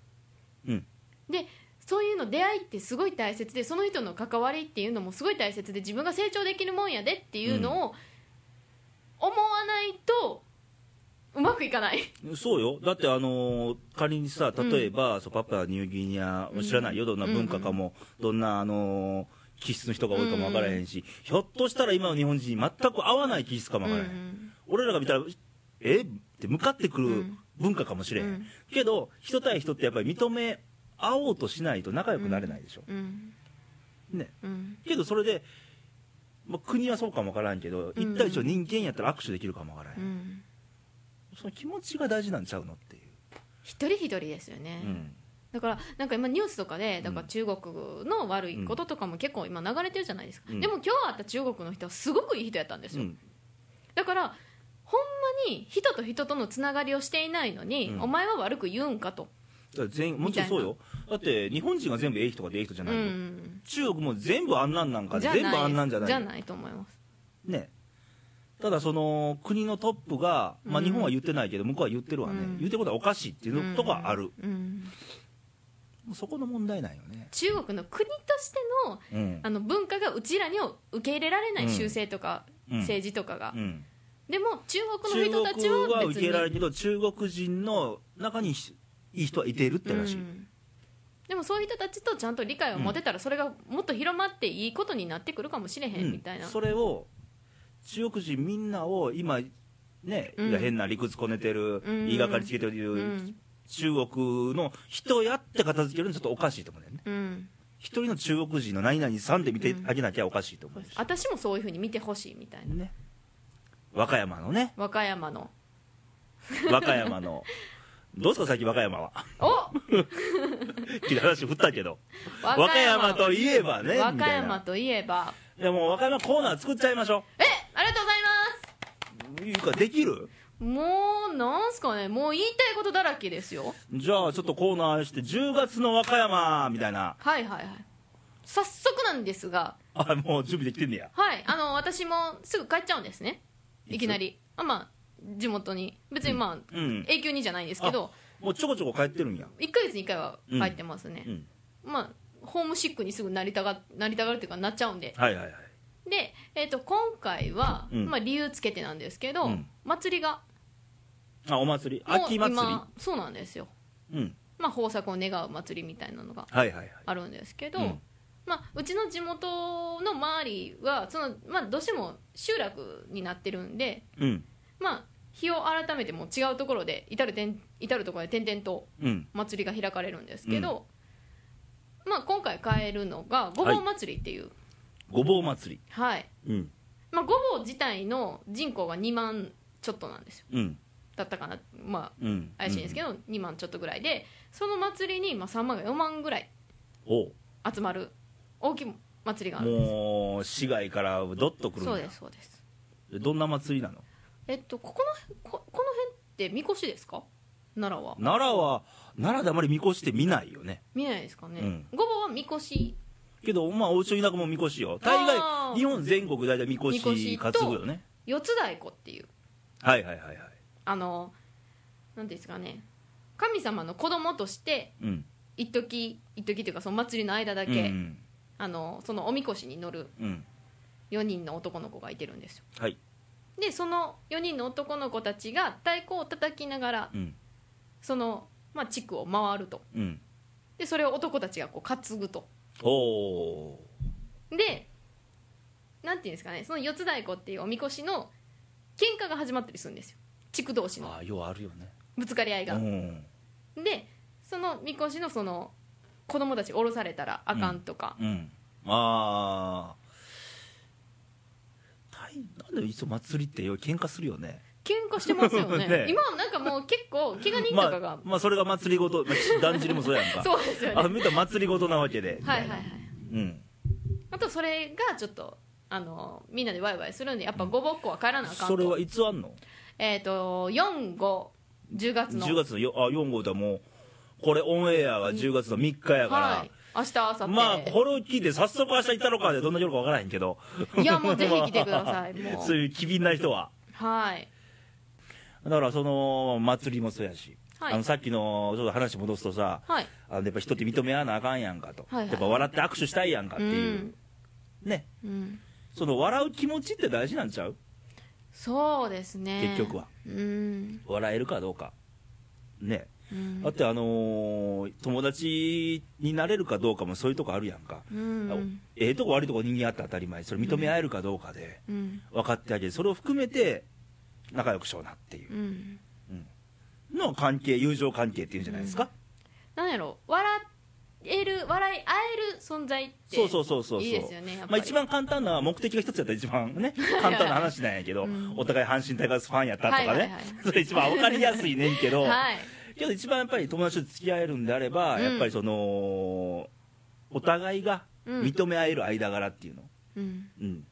Speaker 1: うん
Speaker 2: でそういうの出会いってすごい大切でその人の関わりっていうのもすごい大切で自分が成長できるもんやでっていうのを思わないとうまくいかない
Speaker 1: そうよだってあのー仮にさ例えば、そうパパニューギニア知らないよどんな文化かも、どんなあのー気質の人が多いかもわからへんし、ひょっとしたら今の日本人に全く合わない気質かもわからへん、
Speaker 2: うん
Speaker 1: 俺らが見たらえって向かってく
Speaker 2: う
Speaker 1: る
Speaker 2: ん
Speaker 1: 文化かもしれへん、
Speaker 2: うん
Speaker 1: けど人対人ってやっぱり認め合おうとしないと仲良くなれないでしょ、
Speaker 2: うん
Speaker 1: ね
Speaker 2: うん
Speaker 1: けどそれで、まあ、国はそうかもわからんけど、
Speaker 2: うん
Speaker 1: 一対一の人間やったら握手できるかもわからへん、
Speaker 2: うん
Speaker 1: その気持ちが大事なんちゃうのっていう、
Speaker 2: 一人一人ですよね、
Speaker 1: うん
Speaker 2: だからなんか今ニュースとかでだから
Speaker 1: うん
Speaker 2: 中国の悪いこととかも結構今流れてるじゃないですか、
Speaker 1: うん
Speaker 2: でも今日会った中国の人はすごくいい人やったんです
Speaker 1: う
Speaker 2: よ、
Speaker 1: ん
Speaker 2: だからほんまに人と人とのつながりをしていないのに、
Speaker 1: うん
Speaker 2: お前は悪く言うんかと、
Speaker 1: だから全もちろんそうよだって日本人が全部ええ人かでええ人じゃ
Speaker 2: う
Speaker 1: ないよ、
Speaker 2: ん、
Speaker 1: 中国も全部あんなんなんか
Speaker 2: じ
Speaker 1: で
Speaker 2: ゃ
Speaker 1: 全部あんなんじゃ
Speaker 2: です
Speaker 1: ない
Speaker 2: じ
Speaker 1: よ
Speaker 2: ゃないと思います
Speaker 1: ねただその国のトップが、まあ、
Speaker 2: うん
Speaker 1: 日本は言ってないけど向こうは言ってるわね、
Speaker 2: うん
Speaker 1: 言ってることはおかしいっていうとこはある、、
Speaker 2: うん、
Speaker 1: そこの問題なんよね、
Speaker 2: 中国の国としての
Speaker 1: うん
Speaker 2: あの文化がうちらには受け入れられない習性とか、
Speaker 1: うん
Speaker 2: 政治とかが、
Speaker 1: うん
Speaker 2: でも中国
Speaker 1: 中
Speaker 2: の人たちは別に
Speaker 1: 国は受け入れられるけど中国人の中にひいい人はいてるってらしい、
Speaker 2: うんでもそういう人たちとちゃんと理解を持てたら、それがもっと広まっていいことになってくるかもしれへん、
Speaker 1: うん
Speaker 2: みたいな
Speaker 1: それを中国人みんなを今ね、
Speaker 2: うん
Speaker 1: いや変な理屈こねてる、
Speaker 2: うん
Speaker 1: 言いがかりつけてるというう、
Speaker 2: ん
Speaker 1: 中国の人やって片付けるのちょっとおかしいと思うんだよね
Speaker 2: うん
Speaker 1: 一人の中国人の何々さんで見て
Speaker 2: うん
Speaker 1: あげなきゃおかしいと思うし、
Speaker 2: 私もそういうふうに見てほしいみたいな
Speaker 1: ね和歌山のね
Speaker 2: 和歌山の
Speaker 1: 和歌山 のどうですか最近和歌山は
Speaker 2: お
Speaker 1: 聞いた話振ったけど
Speaker 2: 和
Speaker 1: 和歌山といえばねみた
Speaker 2: 和
Speaker 1: い
Speaker 2: 歌山
Speaker 1: な
Speaker 2: といえば
Speaker 1: いやもう和歌山コーナー作っちゃいましょ
Speaker 2: えありがとうございます
Speaker 1: ういうかできる
Speaker 2: もうなんすかねもう言いたいことだらけですよ
Speaker 1: じゃあちょっとコーナーして10月の和歌山みたいな
Speaker 2: はいはいはい早速なんですが
Speaker 1: あもう準備できてんねや
Speaker 2: はいあの私もすぐ帰っちゃうんですね
Speaker 1: いつ
Speaker 2: いきなりあまあ地元に別にまあ、
Speaker 1: うん
Speaker 2: 永久にじゃないんですけど
Speaker 1: もうちょこちょこ帰ってるんや
Speaker 2: 1ヶ月に1回は帰ってますね
Speaker 1: う、ん
Speaker 2: まあホームシックにすぐなりたがなりたがるっていうかなっちゃうんで
Speaker 1: はいはいはい
Speaker 2: で、えー、と今回は、
Speaker 1: うん
Speaker 2: まあ、理由つけてなんですけど、
Speaker 1: うん
Speaker 2: 祭りが
Speaker 1: あお祭り
Speaker 2: もう
Speaker 1: 秋祭
Speaker 2: 今そうなんですよ、
Speaker 1: りうん
Speaker 2: まあ、豊作を願う祭りみたいなのが
Speaker 1: はいはいはい
Speaker 2: あるんですけど、
Speaker 1: うん
Speaker 2: まあ、うちの地元の周りはその、まあ、どうしても集落になってるんで、
Speaker 1: うん
Speaker 2: まあ、日を改めてもう違うところで至る点至るところで点々と
Speaker 1: うん
Speaker 2: 祭りが開かれるんですけど、まあ、今回変えるのがごぼう祭りっていう、
Speaker 1: ごぼう祭
Speaker 2: はい
Speaker 1: りうん
Speaker 2: まあ、ごぼう自体の人口が2万ちょっとなんですよ
Speaker 1: うん
Speaker 2: だったかなま
Speaker 1: うん
Speaker 2: あ怪しいんですけ
Speaker 1: ど、
Speaker 2: ど、2万ちょっとぐらいでその祭りにまあ3万が4万ぐらい
Speaker 1: おう
Speaker 2: 集まる大きい祭りがあるんです
Speaker 1: もう市外からどっと来るんだ
Speaker 2: そうですそうです
Speaker 1: どんな祭りなの
Speaker 2: えっとここのここの辺ってみこしですか奈良は
Speaker 1: 奈良は奈良であまりみこしって見ないよね
Speaker 2: 見ないですかね、
Speaker 1: うん
Speaker 2: ごぼうはみこし
Speaker 1: けどまあお家の田舎もみこしよ大
Speaker 2: あ
Speaker 1: 概
Speaker 2: ー
Speaker 1: 日本全国大体みこし
Speaker 2: みこし
Speaker 1: 担
Speaker 2: と
Speaker 1: ぐよね
Speaker 2: 四つ太鼓っていう
Speaker 1: はいはいはいはい
Speaker 2: あのなんていうんですかね神様の子供として
Speaker 1: うん
Speaker 2: 一時一時というかその祭りの間だけ、
Speaker 1: うん
Speaker 2: あのそのおみこしに乗る
Speaker 1: うんうん
Speaker 2: 4人の男の子がいてるんですよ
Speaker 1: はい
Speaker 2: でその4人の男の子たちが太鼓を叩きながら
Speaker 1: うん
Speaker 2: その、まあ、地区を回ると
Speaker 1: うん
Speaker 2: でそれを男たちがこう担ぐと
Speaker 1: おお
Speaker 2: でなんていうんですかねその四つ太鼓っていうおみこしの喧嘩が始まったりするんですよ地区同士の
Speaker 1: ああようあるよね
Speaker 2: ぶつかり合いうが
Speaker 1: ん
Speaker 2: でそのみこしのその子供たち降ろされたらあかんとか、
Speaker 1: うんああタイなんでいつも祭りってよ喧嘩するよね
Speaker 2: 喧嘩してますよ ね
Speaker 1: ね
Speaker 2: 今はなんかもう結構怪我人
Speaker 1: ま
Speaker 2: とかが
Speaker 1: あ、、まあそれが祭りごとまあだんじりもそうやんか
Speaker 2: そうですよね
Speaker 1: あ見たら祭りごとなわけで
Speaker 2: はいはいはい
Speaker 1: うん
Speaker 2: あとそれがちょっとあのみんなでワイワイするんでやっぱごぼっこは帰らなあかんと
Speaker 1: それはいつあんの
Speaker 2: えっ、と4510月の
Speaker 1: 10月のよあ4号だもうこれオンエアが10月の3日やから、
Speaker 2: はい明日明後日
Speaker 1: まあ、これを聞いて、早速明日行ったのかで、どんな夜かわからへんけど、
Speaker 2: いやもうぜひ来てくだ さいも
Speaker 1: そう
Speaker 2: う
Speaker 1: いう機敏な人は。
Speaker 2: はい
Speaker 1: だから、その、祭りもそうやし、
Speaker 2: はい
Speaker 1: あの、さっきの、ちょっと話戻すとさ、
Speaker 2: はい
Speaker 1: あのやっぱ人って認め合わなあかんやんかと、
Speaker 2: はいはい
Speaker 1: やっぱ笑って握手したいやんかっていう、ね、
Speaker 2: うん、うん、
Speaker 1: その笑う気持ちって大事なんちゃう
Speaker 2: そうですね
Speaker 1: 結局は
Speaker 2: うん、
Speaker 1: 笑えるかどうか。ね。
Speaker 2: うん
Speaker 1: だって、あのー友達になれるかどうかもそういうとこあるやんか。
Speaker 2: うん
Speaker 1: ええとこ悪いとこ人間あって当たり前、それ認め合えるかどうかで
Speaker 2: うん
Speaker 1: 分かってあげる、それを含めて仲良くしようなっていう
Speaker 2: うん
Speaker 1: の関係、友情関係っていうんじゃないですか。
Speaker 2: なんやろ笑える笑い合える存在って
Speaker 1: そうそうそうそうそう
Speaker 2: いいですよねやっ
Speaker 1: ま
Speaker 2: ぱ
Speaker 1: あ、
Speaker 2: り
Speaker 1: 一番簡単な目的が一つやったら一番 ね簡単な話なんやけど、
Speaker 2: うん
Speaker 1: お互い阪神タイガースファンやったとかね、
Speaker 2: はいはいはい
Speaker 1: それ一番分かりやすいねんけど、
Speaker 2: はい
Speaker 1: けど一番やっぱり友達と付き合えるんであれば、
Speaker 2: うん
Speaker 1: やっぱりそのお互いが認め合える間柄っていうの、
Speaker 2: うん
Speaker 1: うん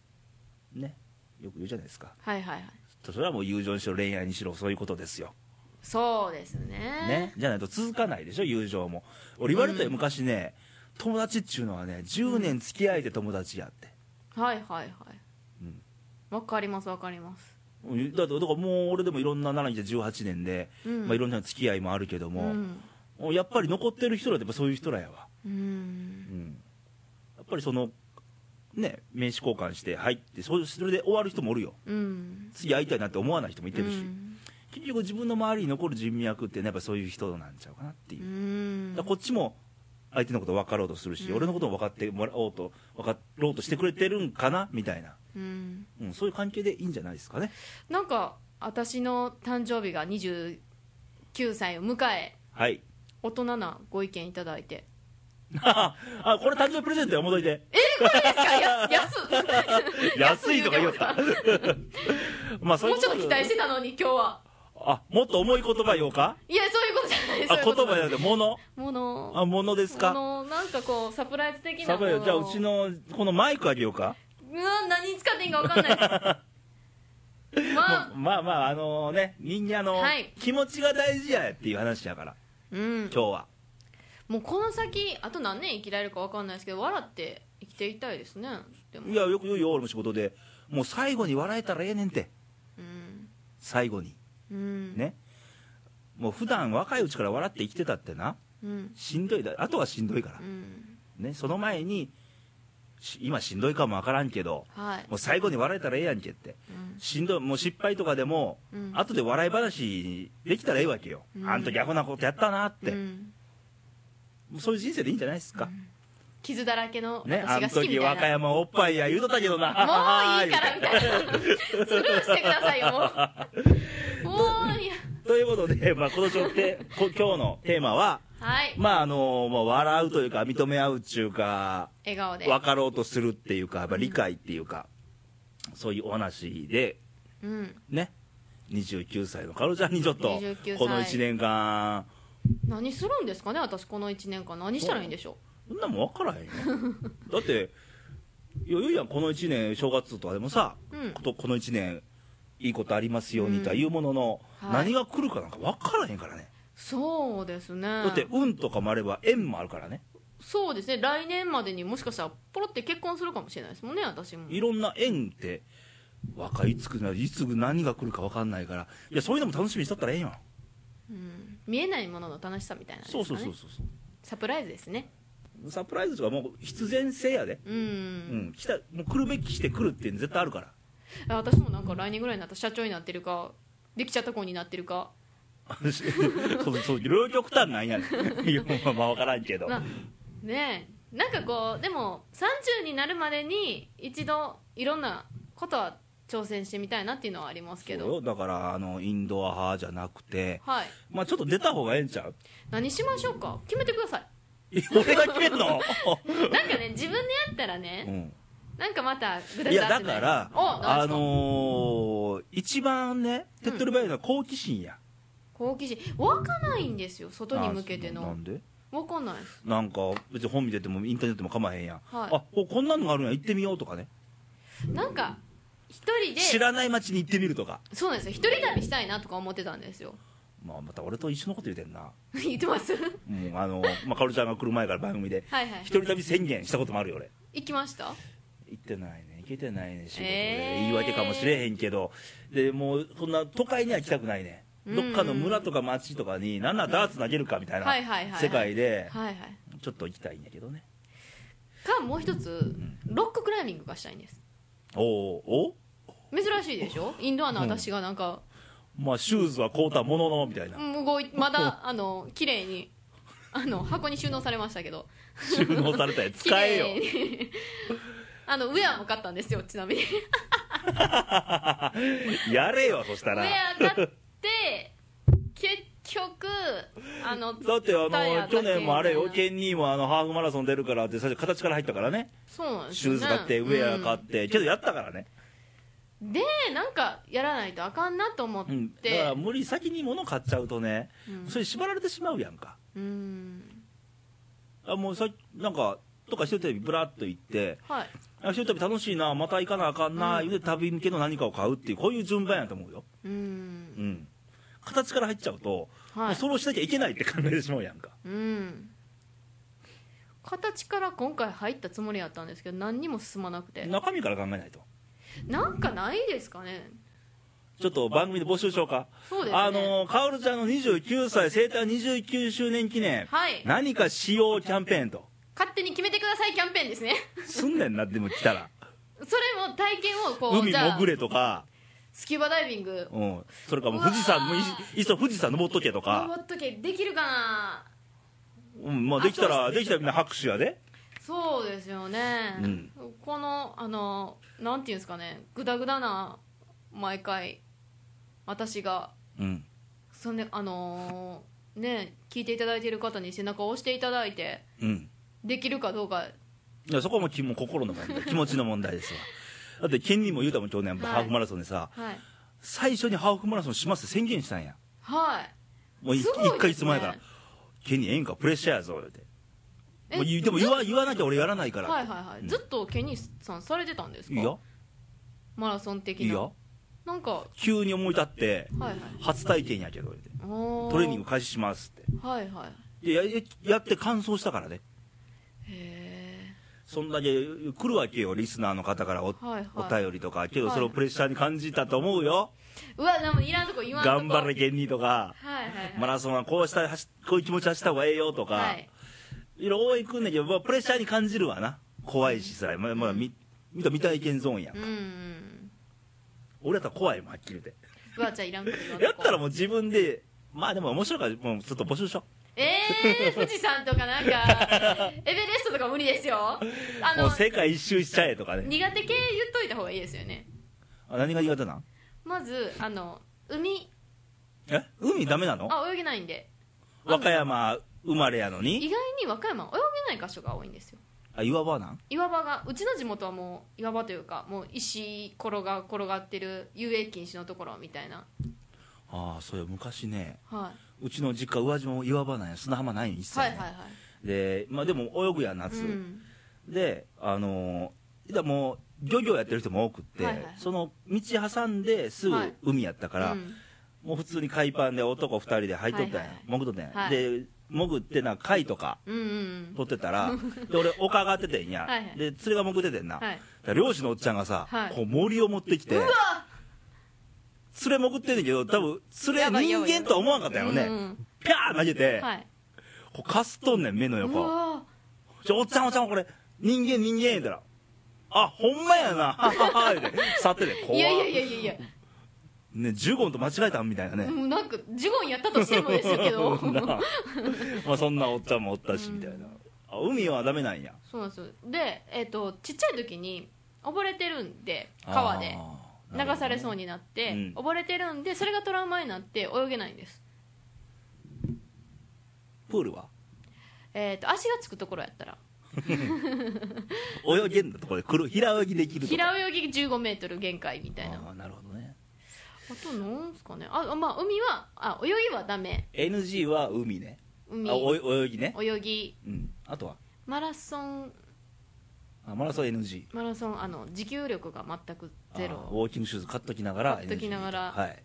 Speaker 1: ねよく言うじゃないですか
Speaker 2: はいはいはい
Speaker 1: それはもう友情にしろ恋愛にしろそういうことですよ、
Speaker 2: そうですね
Speaker 1: ねじゃないと続かないでしょ友情も俺言われたよ昔ね、友達っちゅうのはね10年付き合えて友達やって、
Speaker 2: はいはいはい
Speaker 1: うん
Speaker 2: わかりますわかります
Speaker 1: うんだってだからもう俺でもいろんな奈良に来て18年で、
Speaker 2: うん
Speaker 1: まあ、いろんな付き合いもあるけど
Speaker 2: う
Speaker 1: も、
Speaker 2: ん
Speaker 1: やっぱり残ってる人らってやっぱそういう人らやわ、
Speaker 2: うん
Speaker 1: うんやっぱりそのね名刺交換して入ってそそれで終わる人もおるよ
Speaker 2: うん
Speaker 1: 次会いたいなって思わない人もいてるし、
Speaker 2: うん
Speaker 1: 結局自分の周りに残る人脈って、ね、やっぱそういう人なんちゃうかなっていう、
Speaker 2: う
Speaker 1: だから
Speaker 2: ん
Speaker 1: こっちも相手のこと分かろうとするし、
Speaker 2: うん
Speaker 1: 俺のことも分かってもらおうと分かろうとしてくれてるんかなみたいな、
Speaker 2: うん
Speaker 1: うん、そういう関係でいいんじゃないですかね
Speaker 2: なんか私の誕生日が29歳を迎え
Speaker 1: はい
Speaker 2: 大人なご意見いただいて
Speaker 1: ああ、これ誕生日プレゼントや、戻いて。
Speaker 2: ですかや安っ
Speaker 1: 安いとか言おうか。 まあ、そういう
Speaker 2: もう
Speaker 1: こと
Speaker 2: ちょっと期待してたのに今日は
Speaker 1: あ、もっと重い言葉言おうか
Speaker 2: いやそういうことじゃないです
Speaker 1: あ、言葉じゃ
Speaker 2: や
Speaker 1: なくて、物。
Speaker 2: もの
Speaker 1: あ、物です
Speaker 2: あ
Speaker 1: か。
Speaker 2: のなんかこうサプライズ的な
Speaker 1: サ
Speaker 2: も
Speaker 1: ブ
Speaker 2: の
Speaker 1: じゃあ、うちの、このマイクあげようか。
Speaker 2: うわ何に使っていいんか分かんないです まあ
Speaker 1: もうまあまあ、あのね、人間あの
Speaker 2: はい、
Speaker 1: 気持ちが大事やっていう話やから、
Speaker 2: うん
Speaker 1: 今日は。
Speaker 2: もうこの先あと何年生きられるか分かんないですけど笑って生きていきたいですねでも
Speaker 1: いや、よく言うよ、俺も仕事で。もう最後に笑えたらええねんて。
Speaker 2: うん
Speaker 1: 最後に。
Speaker 2: うん
Speaker 1: ね。もう普段若いうちから笑って生きてたってな、
Speaker 2: うん
Speaker 1: しんどいだ。あとはしんどいから
Speaker 2: う。ん
Speaker 1: ね、その前にし今しんどいかもわからんけど
Speaker 2: はい
Speaker 1: もう最後に笑えたらええやんけって
Speaker 2: うん
Speaker 1: しんどいもう失敗とかでも、
Speaker 2: うん
Speaker 1: 後で笑い話できたらええわけよ、
Speaker 2: うん
Speaker 1: あん時アホなことやったなって、
Speaker 2: う
Speaker 1: も
Speaker 2: ん
Speaker 1: うそういう人生でいいんじゃないですか、
Speaker 2: 傷だらけの
Speaker 1: ねあ
Speaker 2: 私
Speaker 1: ん
Speaker 2: が好きみ
Speaker 1: 時
Speaker 2: たい
Speaker 1: 和歌
Speaker 2: な
Speaker 1: 山おっぱいや言うとったけどなも
Speaker 2: もういいからみたいなスルーしてくださいよ もうもういい
Speaker 1: ということで、 まあ、今年のてこ今日のテーマは
Speaker 2: はい
Speaker 1: まああのまあ、笑うというか認め合うっちゅうか
Speaker 2: 笑顔で
Speaker 1: 分かろうとするっていうかやっぱ理解っていうか、そういうお話で
Speaker 2: うん
Speaker 1: ね29歳の彼女にちょっと
Speaker 2: 29歳
Speaker 1: この1年間
Speaker 2: 何するんですかね私この1年間何したらいいんでしょ
Speaker 1: そんなもん分からへんよ だって余裕やんこの1年正月とかでもさ、
Speaker 2: うん
Speaker 1: ことこの1年いいことありますようにとは言うものの、
Speaker 2: はい
Speaker 1: 何が来るかなんか分からへんからね、
Speaker 2: うそうですね
Speaker 1: だって運とかもあれば縁もあるからね
Speaker 2: そうですね来年までにもしかしたらポロって結婚するかもしれないですもんね私も
Speaker 1: いろんな縁って若いつくないつぐ何が来るか分かんないからいやそういうのも楽しみにしとったらええやん、
Speaker 2: うん見えないものの楽しさみたいな、ね、
Speaker 1: そうそうそうそうそ
Speaker 2: サプライズですね
Speaker 1: うサプライズとかもう必然性やで
Speaker 2: う
Speaker 1: う
Speaker 2: ん、
Speaker 1: ん、来たもう来るべきして来るっていうの絶対あるから
Speaker 2: あ私もなんか来年ぐらいになったら社長になってるかできちゃった子になってるか
Speaker 1: そうそう両極端なんやねん いやまあまあ分からんけど
Speaker 2: なねえなんかこうでも30になるまでに一度いろんなことは挑戦してみたいなっていうのはありますけ
Speaker 1: そう
Speaker 2: ど
Speaker 1: よだからあのインドア派じゃなくて
Speaker 2: はい
Speaker 1: まあちょっと出た方がええんちゃ う
Speaker 2: 何しましょうか決めてください
Speaker 1: え俺が決めんの、
Speaker 2: なんかね自分でやったらね
Speaker 1: うん、
Speaker 2: なんかまたぐだ
Speaker 1: いや
Speaker 2: ぐだ
Speaker 1: だ
Speaker 2: ってな
Speaker 1: か
Speaker 2: る
Speaker 1: ら
Speaker 2: おな
Speaker 1: あ
Speaker 2: んですか
Speaker 1: のー一番ね手っ取り早いのは好奇心や、
Speaker 2: 好奇心湧かないんですよ外に
Speaker 1: あ
Speaker 2: 向けて
Speaker 1: なな
Speaker 2: の
Speaker 1: んで
Speaker 2: 湧かないです
Speaker 1: なんか別に本見ててもインターネットも構わへんやん、
Speaker 2: はい
Speaker 1: あここんなのがあるんや行ってみようとかね
Speaker 2: なんか一人
Speaker 1: 知
Speaker 2: で
Speaker 1: らない街に行ってみるとか
Speaker 2: そうなんですよ一人旅したいなとか思ってたんですよ
Speaker 1: まあ、また俺と一緒のこと言うてんな、
Speaker 2: 言ってます は
Speaker 1: うんあのまあ、かおりちゃんが来る前から番組で、
Speaker 2: いはい
Speaker 1: 一人旅宣言したこともあるよ、俺、
Speaker 2: 行きました
Speaker 1: 行ってないね、行けてないね、仕事で、
Speaker 2: えー
Speaker 1: 言い訳かもしれへんけど、でもう、そんな都会には来たくないね、どっかの村とか町とかに、なんならダーツ投げるかみたいな
Speaker 2: はいはいはいはい
Speaker 1: 世界で、
Speaker 2: はいはい
Speaker 1: ちょっと行きたいんやけどね、
Speaker 2: かもう一つロッククライミングがしたいんです
Speaker 1: おお、お
Speaker 2: 珍しいでしょインドアの私がなんか、
Speaker 1: まあ、シューズは買うたもののみ たいな、
Speaker 2: うん動いまだあの綺麗にあの箱に収納されましたけど
Speaker 1: 収納されたやつ、
Speaker 2: 綺
Speaker 1: 使えよ
Speaker 2: 麗。に あのウェアも買ったんですよちなみにウ
Speaker 1: やれよそしたら
Speaker 2: ェア買って結局あの
Speaker 1: だってあ
Speaker 2: タイヤだ
Speaker 1: の
Speaker 2: け
Speaker 1: 去年もあれよ
Speaker 2: みたい
Speaker 1: ケ
Speaker 2: な
Speaker 1: ンニーもあのハーフマラソン出るからって最初形から入ったからね
Speaker 2: そうなんです
Speaker 1: シ
Speaker 2: よ
Speaker 1: ューズ
Speaker 2: ね
Speaker 1: 買ってウェア買って、けどやったからね、
Speaker 2: うんでなんかやらないとあかんなと思っ
Speaker 1: うん、だか
Speaker 2: て
Speaker 1: ら無理先に物買っちゃうとね、
Speaker 2: うん
Speaker 1: それ縛られてしまうやんか
Speaker 2: うん
Speaker 1: あもうさなんかとか一人旅ブラッと行って
Speaker 2: はい
Speaker 1: あ一人旅楽しいなまた行かなあかんな、
Speaker 2: うん
Speaker 1: 言うて旅向けの何かを買うっていうこういう順番やと思うよ
Speaker 2: う
Speaker 1: うんん形から入っちゃうと、も
Speaker 2: は
Speaker 1: う
Speaker 2: い
Speaker 1: そうしなきゃいけないって考えてしまうやんか
Speaker 2: うん形から今回入ったつもりやったんですけど何にも進まなくて
Speaker 1: 中身から考えないと
Speaker 2: なんかないですかね
Speaker 1: ちょっと番組で募集しようか
Speaker 2: そうですね
Speaker 1: あのー、カオルちゃんの29歳生誕29周年記念、
Speaker 2: はい
Speaker 1: 何かしようキャンペーンと
Speaker 2: 勝手に決めてくださいキャンペーンですね
Speaker 1: すんねんなでも来たら
Speaker 2: それも体験をこう
Speaker 1: 海
Speaker 2: じゃあ
Speaker 1: 潜れとか、
Speaker 2: スキューバダイビング
Speaker 1: うん、それかもう富士山もいいいっそ富士山登っとけと
Speaker 2: ロボ
Speaker 1: か、
Speaker 2: ット系できるかな
Speaker 1: うんまあ、できたら
Speaker 2: あそうで
Speaker 1: で
Speaker 2: すね
Speaker 1: きたらみんな拍手やで
Speaker 2: そうですよね、
Speaker 1: うん
Speaker 2: このあのなんていうんですかねグダグダな毎回私が
Speaker 1: うん
Speaker 2: そんであのーね聞いていただいている方に背中を押していただいて
Speaker 1: うん
Speaker 2: できるかどうか
Speaker 1: いやそこはもうきもう心の問題気持ちの問題ですわ だってケンにも言うたもん去年、
Speaker 2: はい
Speaker 1: ハーフマラソンでさ
Speaker 2: はい
Speaker 1: 最初にハーフマラソンしますって宣言したんや
Speaker 2: はい
Speaker 1: もう
Speaker 2: すごいですね
Speaker 1: 1か月前から「ケンにええんかプレッシャーやぞ」って
Speaker 2: え
Speaker 1: もう言うでも言わ言わなきゃ俺やらないからって
Speaker 2: はいはいはい、
Speaker 1: うん
Speaker 2: ずっとケニーさんされてたんですか
Speaker 1: いいよ
Speaker 2: マラソン的ない
Speaker 1: いよ
Speaker 2: なんかは
Speaker 1: 急に思い立って
Speaker 2: いはい
Speaker 1: 初体験やけど言うて
Speaker 2: お
Speaker 1: トレーニング開始しますっ
Speaker 2: グはいはい
Speaker 1: てでやややって完走したからね
Speaker 2: へ
Speaker 1: そんだけ来るわけよリスナーの方からお,、
Speaker 2: えはい
Speaker 1: お
Speaker 2: はい
Speaker 1: 便りとかけどそれをプレッシャーに感じたと思うよ、
Speaker 2: うわでもいらんとこ言わんとこ
Speaker 1: 頑張れケンニーとか
Speaker 2: はいはいはい
Speaker 1: マラソンはこうした走こういう気持ちで走った方がええよとか、
Speaker 2: はいい、
Speaker 1: ろいろ応援来んねんけど、まあ、プレッシャーに感じるわな怖いしさまあまあ、み見た未体験ゾーンやん、
Speaker 2: うんうん
Speaker 1: 俺だったら怖いもんはっきり言っ
Speaker 2: うわじゃあいらんこと言わ
Speaker 1: て
Speaker 2: んと
Speaker 1: やっ
Speaker 2: こ
Speaker 1: たらもう自分でまあでも面白いからもうちょっと募集しよう
Speaker 2: えー、富士山とか なんかエベレストとか無理ですよあ
Speaker 1: も
Speaker 2: の
Speaker 1: う世界一周しちゃえとかね
Speaker 2: 苦手系言っといた方がいいですよね
Speaker 1: あ何が苦手なん
Speaker 2: まずあの海
Speaker 1: え海ダメなの
Speaker 2: あ泳げないんで
Speaker 1: 和歌山生まれやの
Speaker 2: 意
Speaker 1: に
Speaker 2: 外に和歌山は泳げない箇所が多いんですよ
Speaker 1: あ岩場なん
Speaker 2: 岩場がうちの地元はもう岩場というかもう石転が転がってる遊泳禁止のところみたいな
Speaker 1: ああそうや昔ね
Speaker 2: は
Speaker 1: うちの実家宇和島も岩場なんや砂浜ないん一
Speaker 2: い、
Speaker 1: 切、ね
Speaker 2: はいはいはい
Speaker 1: で、まあ、でも泳ぐやん夏、
Speaker 2: うん
Speaker 1: であのー、だからもう漁業やってる人も多くって、
Speaker 2: はいはい
Speaker 1: その道挟んですぐ
Speaker 2: はい
Speaker 1: 海やったから、
Speaker 2: うん
Speaker 1: もう普通に海パンで男2人で入っとったんや、
Speaker 2: はいはいはい
Speaker 1: 潜っとったんや、
Speaker 2: はい
Speaker 1: で潜ってな貝とか
Speaker 2: うんうん
Speaker 1: 取ってたらで俺丘上がっててんや、
Speaker 2: はいはい
Speaker 1: で釣れが潜っててんな、
Speaker 2: は
Speaker 1: だ
Speaker 2: い
Speaker 1: から漁師のおっちゃんがさ、
Speaker 2: はい
Speaker 1: こう森を持ってきて
Speaker 2: うわ
Speaker 1: 釣れ潜ってんねんけど多分釣れ
Speaker 2: やばいや
Speaker 1: 人
Speaker 2: ばい
Speaker 1: 間とは思わんかったやろね、
Speaker 2: うんうん
Speaker 1: ピャー投げて、
Speaker 2: はい
Speaker 1: こうかすっとんねん目の
Speaker 2: う
Speaker 1: 横
Speaker 2: わ
Speaker 1: ちょおっちゃんおっちゃんこれ人間人間言うたらあほんまやなはははは言うて去ってて怖
Speaker 2: い
Speaker 1: っ
Speaker 2: やいやいやいやいや
Speaker 1: ねジュゴンと間違えたんみたいなね、
Speaker 2: もうなんかジュゴンやったとしてもですけ ど
Speaker 1: そんなまあそんなおっちゃんもおったしみたいな、あ海はダメなんや
Speaker 2: そうなんですよでえっ、とちっちゃい時に溺れてるんで川で流されそう
Speaker 1: に
Speaker 2: になって、
Speaker 1: うん
Speaker 2: 溺れてるんでそれがトラウマになって泳げないんです
Speaker 1: プールは
Speaker 2: えっ、と足がつくところやったら
Speaker 1: 泳げんだとこで黒平泳ぎできるとか
Speaker 2: 平泳ぎ1 5ル限界みたいな
Speaker 1: あ
Speaker 2: あ
Speaker 1: ーなるほどね
Speaker 2: となんすかねあまあ海はあ泳ぎはダメ
Speaker 1: NG は海ね
Speaker 2: 海
Speaker 1: あお泳ぎね、
Speaker 2: 泳ぎ
Speaker 1: うん、あとは
Speaker 2: マラソン
Speaker 1: あマラソン NG
Speaker 2: マラソンあの持久力が全く
Speaker 1: あ
Speaker 2: ゼ
Speaker 1: ー
Speaker 2: ロ
Speaker 1: ウォーキングシューズ買っときながら
Speaker 2: 買っときながら
Speaker 1: NG はい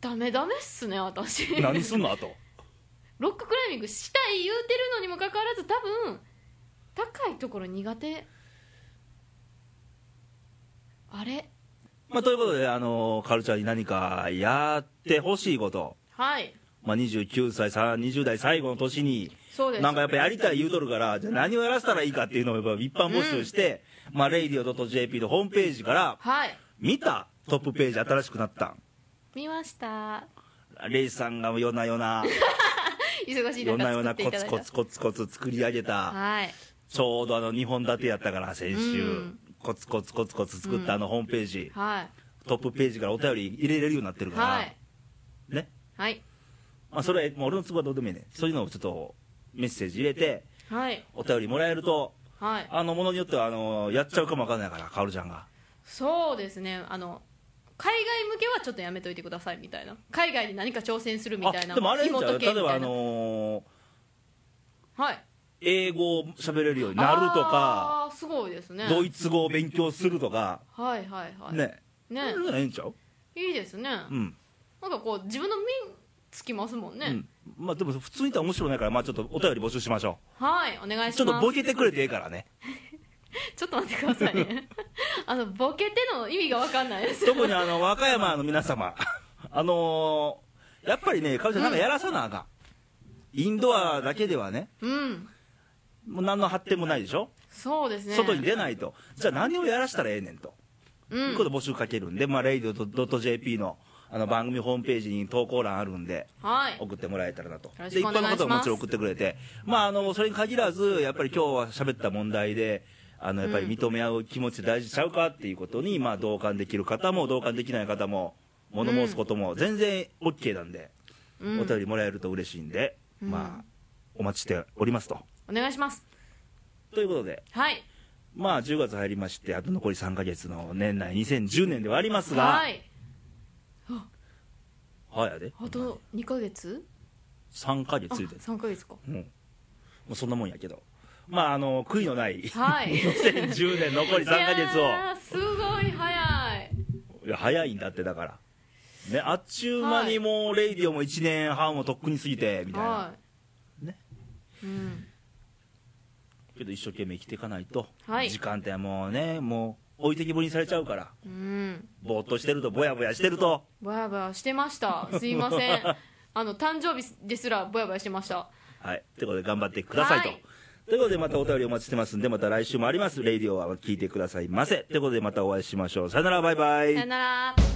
Speaker 2: ダメダメっすね私
Speaker 1: 何 すんのあと
Speaker 2: ロッククライミングしたい言うてるのにもかかわらず多分高いところ苦手あれ
Speaker 1: まあ、ということで、あのカルチャーに何かやってほしいこと、
Speaker 2: はい
Speaker 1: まあ、29歳、さ20代最後の年に、
Speaker 2: そうです
Speaker 1: なんかやっぱやりたい言うとるから、じゃあ何をやらせたらいいかっていうのをやっぱ一般募集して、まあ、radio.jp のホームページから、
Speaker 2: はい
Speaker 1: 見たトップページ新しくなった。
Speaker 2: 見ました
Speaker 1: レイジさんが夜な夜な、
Speaker 2: 忙しい
Speaker 1: 夜
Speaker 2: 中
Speaker 1: な夜
Speaker 2: 作っ
Speaker 1: な
Speaker 2: てい
Speaker 1: コ
Speaker 2: ただ
Speaker 1: ツ
Speaker 2: い
Speaker 1: コ
Speaker 2: た
Speaker 1: ツコツコツ作り上げた、
Speaker 2: はい
Speaker 1: ちょうどあの2本立てやったから、先週、
Speaker 2: うん
Speaker 1: コツコツコツコツ作ったあのホームページ、
Speaker 2: は
Speaker 1: トップページからお便り入れれるようになってる
Speaker 2: い
Speaker 1: から、
Speaker 2: はい
Speaker 1: ね。
Speaker 2: はい
Speaker 1: まあ、それはもう俺の都合はどうでもいいねそういうのをちょっとメッセージ入れて
Speaker 2: はい
Speaker 1: お便りもらえると
Speaker 2: はい
Speaker 1: あのものによってはあのやっちゃうかもわかんないからカオルちゃんが
Speaker 2: そうですねあの海外向けはちょっとやめといてくださいみたいな海外で何か挑戦するみたいな
Speaker 1: あでもあれじゃ
Speaker 2: 紐
Speaker 1: う
Speaker 2: 解け
Speaker 1: 例え
Speaker 2: み
Speaker 1: ば
Speaker 2: た
Speaker 1: あ
Speaker 2: いな
Speaker 1: のー
Speaker 2: はい
Speaker 1: 英語を喋れるようになるとか
Speaker 2: あーすごいですね
Speaker 1: ドイツ語を勉強するとか
Speaker 2: はいはいはい
Speaker 1: ね
Speaker 2: ね
Speaker 1: そういうのええんちゃう
Speaker 2: いいですね、
Speaker 1: うん、
Speaker 2: なんかこう自分の身につきますもんね、
Speaker 1: うんまあでも普通に言ったら面白くないからまあちょっとお便り募集しましょ
Speaker 2: はいお願いうします
Speaker 1: ちょっとボケてくれてええからね
Speaker 2: ちょっと待ってくださ いねあのボケての意味がわかんないです
Speaker 1: 特にあ の和歌山の皆様あのーやっぱりねカオルちゃんなんかやらさなあかん、インドアだけではね
Speaker 2: うん
Speaker 1: もう何の発展もないでしょ、
Speaker 2: そうですね
Speaker 1: 外に出ないと、じゃあ何をやらしたらええねんと、
Speaker 2: う
Speaker 1: いうんこと募集かけるんで、まあ、radio.jp のあの番組ホームページに投稿欄あるんで、
Speaker 2: はい
Speaker 1: 送ってもらえたらなと、
Speaker 2: ろ
Speaker 1: で
Speaker 2: し
Speaker 1: 一
Speaker 2: くお
Speaker 1: 般
Speaker 2: 願
Speaker 1: の
Speaker 2: いします
Speaker 1: 方ももちろん送ってくれて、まあ、あのそれに限らず、やっぱり今日は喋った問題で、あのやっぱり認め合う気持ち大事ちゃうかっていうことに、まあ、同感できる方も、同感できない方も、物申すことも全然 OK なんで、
Speaker 2: うん
Speaker 1: お便りもらえると嬉しいんで、
Speaker 2: うん
Speaker 1: まあ、お待ちしておりますと。
Speaker 2: お願いします
Speaker 1: ということで。
Speaker 2: はい
Speaker 1: まあ10月入りまして、あと残り3ヶ月の年内、2010年ではありますが、
Speaker 2: はい
Speaker 1: はいやで、
Speaker 2: あと2ヶ月
Speaker 1: 3ヶ月
Speaker 2: あ
Speaker 1: ついてる
Speaker 2: 3ヶ月か
Speaker 1: うんもうそんなもんやけど、まあ、あの悔いのない、
Speaker 2: はい
Speaker 1: 2010年残り3ヶ月
Speaker 2: い
Speaker 1: を
Speaker 2: やーすごい早い、
Speaker 1: いや早いんだって、だから、ね、あっちゅう間にもう、レイディオも1年半をとっくに過ぎてみたいな、
Speaker 2: はい
Speaker 1: ね
Speaker 2: うん
Speaker 1: けど一生懸命生きていかないと、
Speaker 2: はい
Speaker 1: 時間ってもうね、もう置いてきぼりにされちゃうから、
Speaker 2: うん
Speaker 1: ぼーっとしてると、ぼやぼやしてると、
Speaker 2: ぼやぼやしてましたすいません あの誕生日ですらぼやぼやしてました
Speaker 1: はい。ということで頑張ってくださいと。
Speaker 2: はい
Speaker 1: ということでまたお便りお待ちしてますんで、また来週もあります。レイディオは聞いてくださいませ。ということでまたお会いしましょう。さよなら、バイバイ。
Speaker 2: さよなら